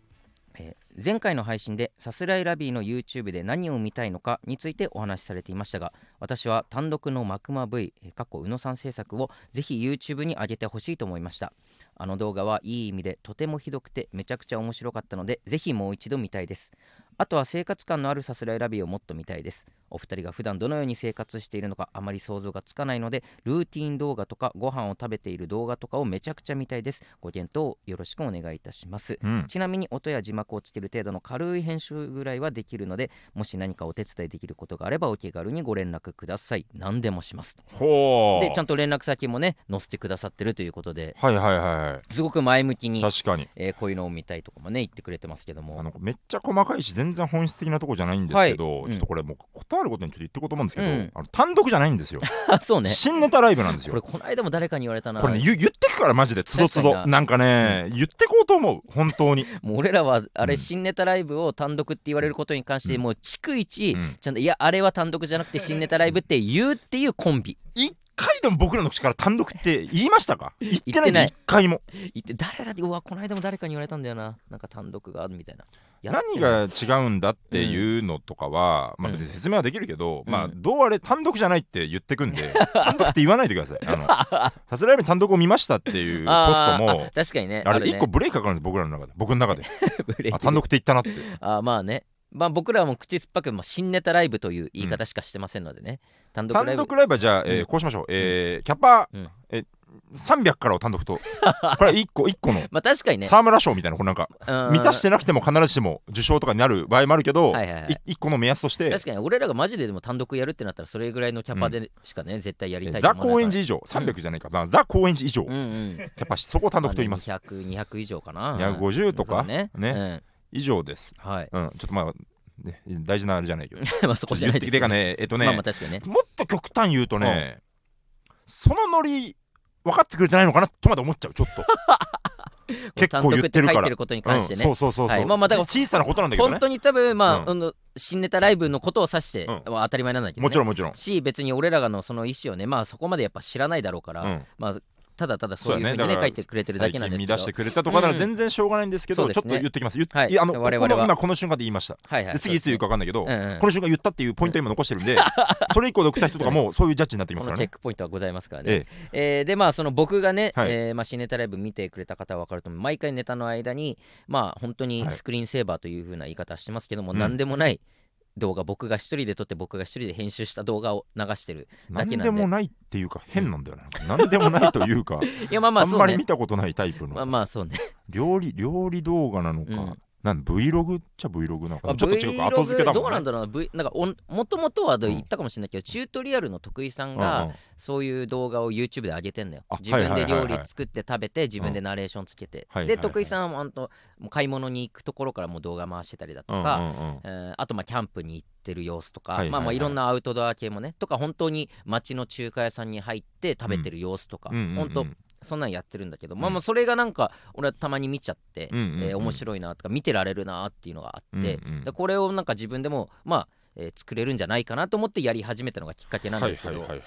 Speaker 1: えー前回の配信でさすらいラビーの YouTube で何を見たいのかについてお話しされていましたが私は単独のマクマ V えーかっこ宇野さん制作をぜひ YouTube に上げてほしいと思いましたあの動画はいい意味でとてもひどくてめちゃくちゃ面白かったのでぜひもう一度見たいですあとは生活感のあるさすらいラビーをもっと見たいですお二人が普段どのように生活しているのかあまり想像がつかないのでルーティン動画とかご飯を食べている動画とかをめちゃくちゃ見たいですご検討よろしくお願いいたします
Speaker 2: うん
Speaker 1: ちなみに音や字幕をつける程度の軽い編集ぐらいはできるのでもし何かお手伝いできることがあればお気軽にご連絡ください何でもしますと
Speaker 2: ほう
Speaker 1: でちゃんと連絡先もね載せてくださってるということで
Speaker 2: はいはいは
Speaker 1: すごく前向き
Speaker 2: い
Speaker 1: に、
Speaker 2: 確かに
Speaker 1: えーこういうのを見たいとかもね言ってくれてますけど
Speaker 2: あ
Speaker 1: も
Speaker 2: のめっちゃ細かいし全然本質的なとこじゃないんですけど、
Speaker 1: はいうん
Speaker 2: ちょっとこれもう断ることにちょっと言っていこうと思うんですけど、
Speaker 1: うん
Speaker 2: あの単独じゃないんですよ、
Speaker 1: あそうね
Speaker 2: 新ネタライブなんですよ
Speaker 1: これこの間も誰かに言われたな
Speaker 2: これね言言ってくからマジでつどつ
Speaker 1: 確
Speaker 2: ど
Speaker 1: かにな
Speaker 2: なんかね、言ってこうと思う本 当に
Speaker 1: もう俺らはあれ
Speaker 2: うん
Speaker 1: 新ネタライブを単独って言われることに関して
Speaker 2: うん
Speaker 1: もう逐一
Speaker 2: うん
Speaker 1: ちゃんといやあれは単独じゃなくて新ネタライブって言うっていうコンビ
Speaker 2: 一回でも僕らの口から単独って言いましたか言ってない
Speaker 1: 言って
Speaker 2: ん
Speaker 1: な
Speaker 2: で
Speaker 1: い
Speaker 2: 一回も
Speaker 1: 言って誰だってうわこの間も誰かに言われたんだよななんか単独があるみたいなやって
Speaker 2: 何が違うんだっていうのとかは、
Speaker 1: うん
Speaker 2: まあ別に説明はできるけど、
Speaker 1: うん
Speaker 2: まあどうあれ単独じゃないって言ってく んで単独って言わないでくださいあのさすらいに単独を見ましたっていう ポス
Speaker 1: あ
Speaker 2: ト
Speaker 1: ー
Speaker 2: も
Speaker 1: あ確かにね
Speaker 2: あ
Speaker 1: る
Speaker 2: れ
Speaker 1: ね
Speaker 2: 一個ブレーキかかるんです僕らの中で僕の中で
Speaker 1: ブレーキ
Speaker 2: あ単独って言ったなって
Speaker 1: あーまあねまあ僕らはもう口酸っぱくもう新ネタライブという言い方しかしてませんのでね、単独ライ
Speaker 2: 単
Speaker 1: ブ
Speaker 2: 独ライブはじゃあ、えー
Speaker 1: うん
Speaker 2: こうしましょう、えーキャパ、
Speaker 1: うん
Speaker 2: え300からを 単独とこれ1個1個の
Speaker 1: まあ確かにね
Speaker 2: 沢村賞みたいなこうなんか満たしててなくても必ずしも受賞とかになる場合もあるけど、
Speaker 1: はいはいはい
Speaker 2: 1個の目安として
Speaker 1: 確かに俺らがマジででも単独やるってなったらそれぐらいのキャパでしかね、絶対やりたいと
Speaker 2: ザ・
Speaker 1: 思わない
Speaker 2: 高円寺以上
Speaker 1: ん
Speaker 2: 300じゃないか、まあザ・高円寺以上、
Speaker 1: うんうん
Speaker 2: やっぱしそこを単独と言います
Speaker 1: まあね200 200以上かな
Speaker 2: 250とか
Speaker 1: ね
Speaker 2: ね以上です
Speaker 1: うんはい
Speaker 2: うんちょっとまあ、ね、大事なあれじゃないけど
Speaker 1: まあそこじゃない
Speaker 2: ちょ
Speaker 1: です
Speaker 2: っと言っててかねえっとね、
Speaker 1: まあまあ確かにね
Speaker 2: もっと極端言うとね、そのノリ分かってくれてないのかなとまで思っちゃうちょっと結構言ってる
Speaker 1: 単独書
Speaker 2: か
Speaker 1: い
Speaker 2: ら
Speaker 1: てることに関してね、
Speaker 2: うんそうそうそうそう、
Speaker 1: はいまあまあだから
Speaker 2: ち小さなことなんだけどね
Speaker 1: 本当に多分まあ、
Speaker 2: うん
Speaker 1: あの新ネタライブのことを指して
Speaker 2: うん
Speaker 1: は当たり前なんだけど、ね
Speaker 2: もちろんもちろん、
Speaker 1: し別に俺らがのその意思をねまあそこまでやっぱ知らないだろうから、
Speaker 2: うん、
Speaker 1: まあただただそういうふうに
Speaker 2: だ
Speaker 1: ね
Speaker 2: から
Speaker 1: 書いてくれてるだけなんですけど
Speaker 2: 最近見出してくれたとかなら全然しょうがないんですけど、
Speaker 1: うん
Speaker 2: ちょっと言ってきます、言っ
Speaker 1: はい
Speaker 2: いやあの
Speaker 1: 我々
Speaker 2: こ
Speaker 1: は
Speaker 2: この今この瞬間で言いました、
Speaker 1: はいはい
Speaker 2: で次いつ言うか分かんないけど、
Speaker 1: うんうん
Speaker 2: この瞬間言ったっていうポイント今残してるんで、それ以降で送った人とかもそういうジャッジになってきま
Speaker 1: こ
Speaker 2: す
Speaker 1: の
Speaker 2: から
Speaker 1: チェッ
Speaker 2: ね。
Speaker 1: クポイントはございますからね。
Speaker 2: え
Speaker 1: えーでまあその僕がね、
Speaker 2: はい
Speaker 1: えーまあ、新ネタライブ見てくれた方は分かると思う毎回ネタの間にまあ本当に
Speaker 2: はい
Speaker 1: スクリーンセーバーというふうな言い方してますけども、
Speaker 2: うん
Speaker 1: 何でもない動画僕が一人で撮って僕が一人で編集した動画を流してる
Speaker 2: え、
Speaker 1: だ
Speaker 2: 何
Speaker 1: けなんで
Speaker 2: でもないっていうか変なんだよね。何でもないというか、
Speaker 1: いやまあま
Speaker 2: あ
Speaker 1: あ
Speaker 2: ん
Speaker 1: そ
Speaker 2: ま
Speaker 1: う
Speaker 2: り
Speaker 1: ね
Speaker 2: 見たことないタイプ
Speaker 1: まあ
Speaker 2: の
Speaker 1: まあそうね
Speaker 2: 料理料理動画なの
Speaker 1: う
Speaker 2: か
Speaker 1: ん、
Speaker 2: なん Vlog っちゃ Vlog なの
Speaker 1: まあ
Speaker 2: か、ちょっと違うか
Speaker 1: Vlog
Speaker 2: 後付けだ
Speaker 1: ど
Speaker 2: も
Speaker 1: うなんん
Speaker 2: ね。
Speaker 1: だろうな、v、なんかもともとはどう言ったかもしれないけど、チュートリアルの徳井さんが、
Speaker 2: うんうん
Speaker 1: そういう動画を YouTube で上げてんだよ
Speaker 2: あ
Speaker 1: 自分
Speaker 2: は
Speaker 1: で
Speaker 2: いはいはいは
Speaker 1: 料
Speaker 2: い
Speaker 1: 理作って食べて自分でナレーションつけて、
Speaker 2: はいはいは
Speaker 1: で
Speaker 2: い
Speaker 1: 徳井さんはあんともう買い物に行くところからもう動画回してたりだと
Speaker 2: うんうん
Speaker 1: か、
Speaker 2: うん
Speaker 1: えーあとまあキャンプに行ってる様子とか、
Speaker 2: はいはいはい
Speaker 1: まあまあいろんなアウトドア系もねとか本当に街の中華屋さんに入って食べてる様子とか、
Speaker 2: うんうんうん
Speaker 1: 本当そんなんやってるんだけど、まあ
Speaker 2: うん
Speaker 1: まあそれがなんか俺はたまに見ちゃって、
Speaker 2: うんうんうん
Speaker 1: えー面白いなとか見てられるなっていうのがあって、
Speaker 2: うんうん
Speaker 1: でこれをなんか自分でもまあ、えー作れるんじゃないかなと思ってやり始めたのがきっかけなん
Speaker 2: は
Speaker 1: で
Speaker 2: い
Speaker 1: すけ
Speaker 2: はい
Speaker 1: ど、
Speaker 2: はいはい。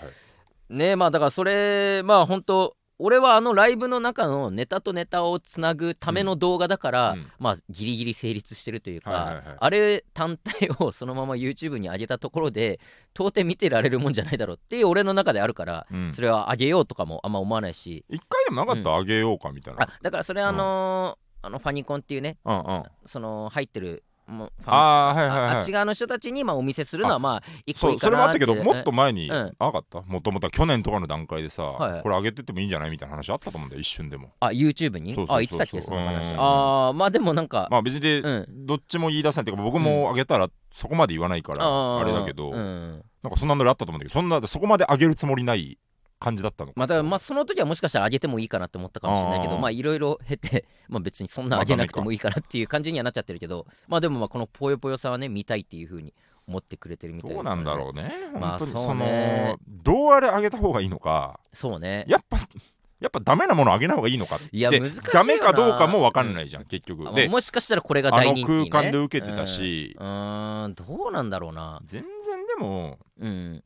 Speaker 1: ねまあだからそれまあ本当俺はあのライブの中のネタとネタをつなぐための動画だから、
Speaker 2: うんうん
Speaker 1: まあギリギリ成立してるというか、
Speaker 2: はいはいはい
Speaker 1: あれ単体をそのまま YouTube に上げたところで到底見てられるもんじゃないだろうっていう俺の中であるから、
Speaker 2: うん
Speaker 1: それは上げようとかもあんま思わないし
Speaker 2: 一回でもなかったあげようかみたい
Speaker 1: あ
Speaker 2: な。
Speaker 1: だからそれあのーあのファニコンっていうね
Speaker 2: うんうん。
Speaker 1: その入ってるもうファン
Speaker 2: ああーはいはい
Speaker 1: あ
Speaker 2: は
Speaker 1: っ
Speaker 2: い
Speaker 1: ち。側の人たちにまあお見せするのはまあ一個い
Speaker 2: そ
Speaker 1: いうか
Speaker 2: それ
Speaker 1: な
Speaker 2: もあった
Speaker 1: てい
Speaker 2: けどもっと前に、
Speaker 1: うん
Speaker 2: あ分かったもともとは去年とかの段階でさ、
Speaker 1: はい
Speaker 2: これ上げてってもいいんじゃないみたいな話あったと思うんだよ一瞬でも
Speaker 1: あ YouTube に
Speaker 2: そうそうそうそう
Speaker 1: あ言ってたっけその話
Speaker 2: うん
Speaker 1: ああまあでもなんか、
Speaker 2: まあ別にで、
Speaker 1: う
Speaker 2: どっちも言い出せないっていうか僕も上げたらそこまで言わないから、
Speaker 1: あー
Speaker 2: あれだけど、
Speaker 1: うん
Speaker 2: なんかそんなのあったと思うんだけどそんなそこまで上げるつもりない感じだったのか
Speaker 1: また、まあ、その時はもしかしたら上げてもいいかなって思ったかもしれないけど
Speaker 2: あー
Speaker 1: まあいろいろ経て、まあ、別にそんな上げなくてもいいかなっていう感じにはなっちゃってるけどまあでもまあこのぽよぽよさはね見たいっていうふうに思ってくれてるみたいで
Speaker 2: どう
Speaker 1: すから
Speaker 2: なん
Speaker 1: ね
Speaker 2: だろうね、
Speaker 1: まあ
Speaker 2: 本当に
Speaker 1: そう
Speaker 2: そ
Speaker 1: ね
Speaker 2: のどうあれ上げた方がいいのか
Speaker 1: そうね
Speaker 2: やっぱ やっぱダメなもの上げない方がいいのか
Speaker 1: いや
Speaker 2: で
Speaker 1: 難しいよな
Speaker 2: ダメかどうかも分かんないじゃん、結
Speaker 1: あ
Speaker 2: 局
Speaker 1: まあ
Speaker 2: で
Speaker 1: もしかしたらこれが
Speaker 2: あ
Speaker 1: 大
Speaker 2: の
Speaker 1: 人気、ね、
Speaker 2: 空間で受けてたし、
Speaker 1: うんうーんどうなんだろうな
Speaker 2: 全然でも
Speaker 1: うん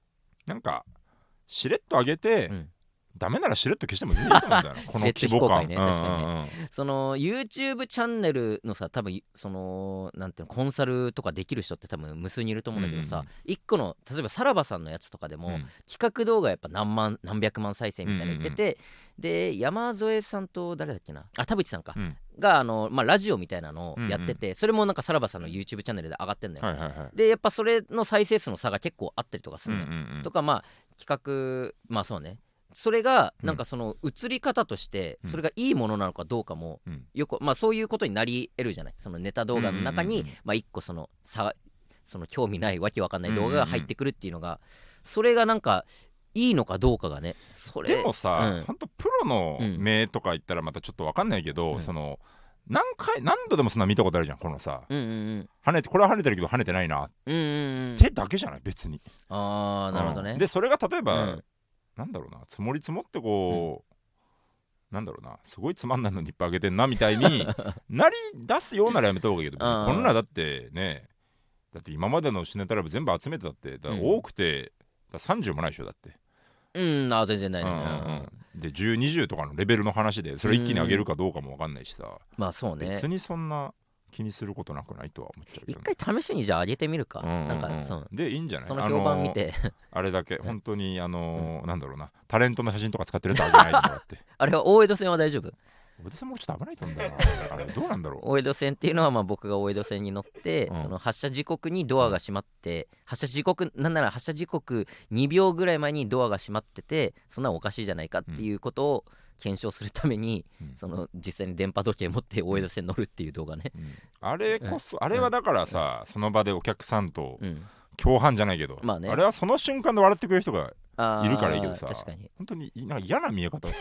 Speaker 2: なんかしれっと上げて、
Speaker 1: うん
Speaker 2: ダメならしれっと消しても全然いいと思うんだ よなこ
Speaker 1: し
Speaker 2: の規模感、
Speaker 1: れっと非公開ね
Speaker 2: うんうんうん
Speaker 1: 確かにその YouTube チャンネルのさ多分そのなんていうのコンサルとかできる人って多分無数にいると思うんだけど
Speaker 2: うん
Speaker 1: さ
Speaker 2: うん
Speaker 1: 一、個の例えばさらばさんのやつとかでも、
Speaker 2: うん
Speaker 1: 企画動画やっぱ何万何百万再生みたいなの言ってて、で山添さんと誰だっけなあ田淵さんか、
Speaker 2: うん
Speaker 1: があの、まあ、ラジオみたいなのをやってて、それもなんかさらばさんの YouTube チャンネルで上がってんだよ、
Speaker 2: はいはいはい
Speaker 1: でやっぱそれの再生数の差が結構あったりとかす
Speaker 2: うん
Speaker 1: る
Speaker 2: う
Speaker 1: のよ、
Speaker 2: んうん
Speaker 1: とかまあ企画まあそうねそれがなんかその映り方として
Speaker 2: うん
Speaker 1: それがいいものなのかどうかも
Speaker 2: うん
Speaker 1: よくまあそういうことになり得るじゃないそのネタ動画の中
Speaker 2: うん
Speaker 1: に
Speaker 2: うんうん
Speaker 1: まあ一個そのさその興味ないわけわかんない動画が入ってくるっていうのがそれがなんかいいのかどうかがねそれ
Speaker 2: でもさ、
Speaker 1: うん
Speaker 2: ほんとプロの名とか言ったらまたちょっと分かんないけど、
Speaker 1: うん
Speaker 2: その何回何度でもそんな見たことあるじゃんこのさ
Speaker 1: うんうん
Speaker 2: 跳ねてこれは跳ねてるけど跳ねてないな、
Speaker 1: うんうんうんうん
Speaker 2: 手だけじゃない別に
Speaker 1: ああなるほど
Speaker 2: う
Speaker 1: ね
Speaker 2: んでそれが例えば、
Speaker 1: うん
Speaker 2: なんだろうな積もり積もってこう、なんだろうなすごいつまんないのにいっぱいあげてんなみたいに なり出すようならやめた方がいいけど別
Speaker 1: うん
Speaker 2: にこんなだってねだって今までのシネタライブ全部集めてたってだから
Speaker 1: うん
Speaker 2: 多くて、だから30もないでしょだって、
Speaker 1: うんあー全然ないね
Speaker 2: う
Speaker 1: うん
Speaker 2: うん
Speaker 1: んうん
Speaker 2: うん、で1020とかのレベルの話でそれ一気に上げるかどうかも分かんないしさ、
Speaker 1: まあそうね
Speaker 2: 別にそんな気にすることなくないとは思っちゃうけ
Speaker 1: 一
Speaker 2: どね、
Speaker 1: 回試しにじゃあ上げてみるか
Speaker 2: うんうんうん
Speaker 1: なんかそう
Speaker 2: でいいんじゃない
Speaker 1: その評判見て
Speaker 2: あれだけ本当にあのーなんだろうなタレントの写真とか使ってるとあげないでもらって
Speaker 1: あれは大江戸線は大丈夫
Speaker 2: 俺さんもちょっと危ないと思うんだよなあれどうなんだろ
Speaker 1: 大江戸線っていうのはまあ僕が大江戸線に乗って、
Speaker 2: うん
Speaker 1: その発車時刻にドアが閉まって発車時刻なんなら発車時刻2秒ぐらい前にドアが閉まっててそんなのおかしいじゃないかっていうことを検証するために、
Speaker 2: うん
Speaker 1: その実際に電波時計持って大江戸線乗るっていう動画ね、
Speaker 2: う、うんあれこそあれはだからさその場でお客さんと
Speaker 1: うん、
Speaker 2: 共犯じゃないけど、
Speaker 1: まあね
Speaker 2: れはその瞬間で笑ってくれる人が
Speaker 1: あー
Speaker 2: いるからいいけどさ
Speaker 1: 確かに
Speaker 2: 本当になんか嫌な見え方をし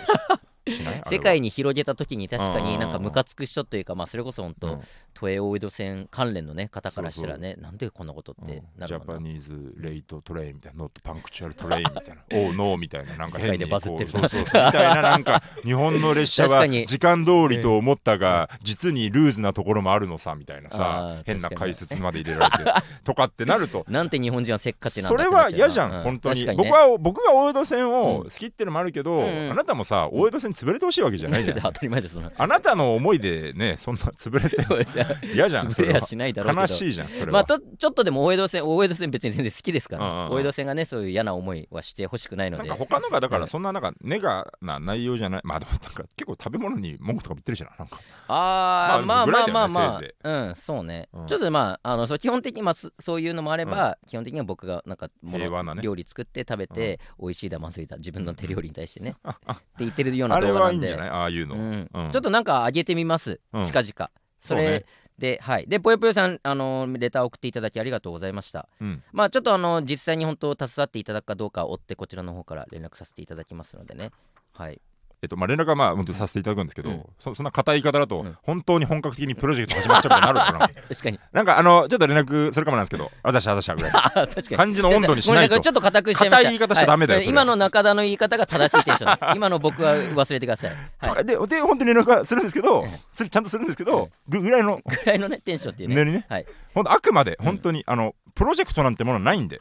Speaker 2: しないあれは
Speaker 1: 世界に広げた時に確か
Speaker 2: うんうんう
Speaker 1: に
Speaker 2: ん
Speaker 1: なんかムカつく人というか、まあ、それこそ本
Speaker 2: う
Speaker 1: 当、
Speaker 2: ん
Speaker 1: 都営大江戸線関連の、ね、方からしたらねなんでこんなことっ
Speaker 2: うん
Speaker 1: てな
Speaker 2: ジ
Speaker 1: る
Speaker 2: ャ
Speaker 1: のか
Speaker 2: パ
Speaker 1: な、
Speaker 2: ニーズレイトトレインみた いなノットパンクチュアルトレインみたいなおうノーみたいななんか変
Speaker 1: 世界で
Speaker 2: に
Speaker 1: バズってる
Speaker 2: こ
Speaker 1: な
Speaker 2: うそうそうそうみたいななんか日本の列車
Speaker 1: 確
Speaker 2: は
Speaker 1: かに
Speaker 2: 時間通りと思ったが実にルーズなところもあるのさみたいな
Speaker 1: あ
Speaker 2: さ
Speaker 1: ー
Speaker 2: 変
Speaker 1: 確
Speaker 2: な
Speaker 1: かに
Speaker 2: 解説まで入れ られてとかってなると
Speaker 1: なんて日本人はせっかちなんだ
Speaker 2: それは嫌じゃん、
Speaker 1: うん
Speaker 2: 本当に
Speaker 1: 確かね
Speaker 2: 僕は僕が大江戸線
Speaker 1: う
Speaker 2: を
Speaker 1: ん
Speaker 2: 好きってのもあるけど、
Speaker 1: うんうん
Speaker 2: あなたもさ大江戸線潰れてほしいわけじゃないじゃ ん
Speaker 1: 当たり前ですそんな
Speaker 2: あなたの思いでねそんな潰れても 嫌じ ゃんそ
Speaker 1: 潰
Speaker 2: れ
Speaker 1: れ
Speaker 2: は
Speaker 1: やし ないだろうけど
Speaker 2: 悲しいじゃんそれは、
Speaker 1: まあ、とちょっとでも大江戸線大江戸線別に全然好きですから、
Speaker 2: うんうんうん
Speaker 1: 大江戸線がねそういう嫌な思いはしてほしくないの
Speaker 2: なん
Speaker 1: で
Speaker 2: か他のがだか
Speaker 1: う
Speaker 2: ら
Speaker 1: ん
Speaker 2: そんななんかネガな内容じゃないまあでもなんか結構食べ物に文句とかも言ってるじゃんなんか
Speaker 1: あー、
Speaker 2: ま
Speaker 1: ま
Speaker 2: あ
Speaker 1: あ、
Speaker 2: ぐら
Speaker 1: ま
Speaker 2: い
Speaker 1: あ
Speaker 2: だよね
Speaker 1: まあまあ
Speaker 2: せいぜ
Speaker 1: うんそうね、
Speaker 2: うん
Speaker 1: ちょっとまああのそう基本的に、まあ、そそういうのもあれば、基本的には僕がなんかも
Speaker 2: 平和
Speaker 1: の、
Speaker 2: なね
Speaker 1: 料理作って食べて、美味しいだまずいだ自分の手料理に対してね、って言ってるような
Speaker 2: あれ
Speaker 1: 動画な
Speaker 2: はいい
Speaker 1: ん
Speaker 2: ん
Speaker 1: で
Speaker 2: じゃないああいう
Speaker 1: う
Speaker 2: の、
Speaker 1: ん
Speaker 2: うん
Speaker 1: ちょっとなんか上げてみます、
Speaker 2: うん
Speaker 1: 近々そ
Speaker 2: そう
Speaker 1: れ
Speaker 2: ね
Speaker 1: で、はいでぽよぽよさんあのレター送っていただきありがとうございました
Speaker 2: うん
Speaker 1: まあちょっとあの実際に本当携わっていただくかどうかを追ってこちらの方から連絡させていただきますのでねはい
Speaker 2: えっとまあ連絡はまあ本当にさせていただくんですけど、
Speaker 1: うん
Speaker 2: そそんな硬い言い方だと
Speaker 1: うん
Speaker 2: 本当に本格的にプロジェクト始まっちゃうことになるのか な
Speaker 1: 確かに
Speaker 2: なんかあのちょっと連絡それかもなんです けどあざしたあざしたぐらい
Speaker 1: あ確かに
Speaker 2: 感じの温度にしない
Speaker 1: ごめんなさ
Speaker 2: と
Speaker 1: いちょっと固くしちゃいました
Speaker 2: 硬い言い方しちゃダメだよ
Speaker 1: はい
Speaker 2: それ
Speaker 1: 今の中田の言い方が正しいテンションです今の僕は忘れてください、
Speaker 2: と
Speaker 1: は
Speaker 2: かでで本当に連絡はするんですけど
Speaker 1: うん
Speaker 2: するちゃんとするんですけどぐぐらいの
Speaker 1: い、くらいのねテンションっていうね
Speaker 2: ねりね
Speaker 1: はい、
Speaker 2: 本当あくまで本当にあのプロジェクトなんてものはないんで、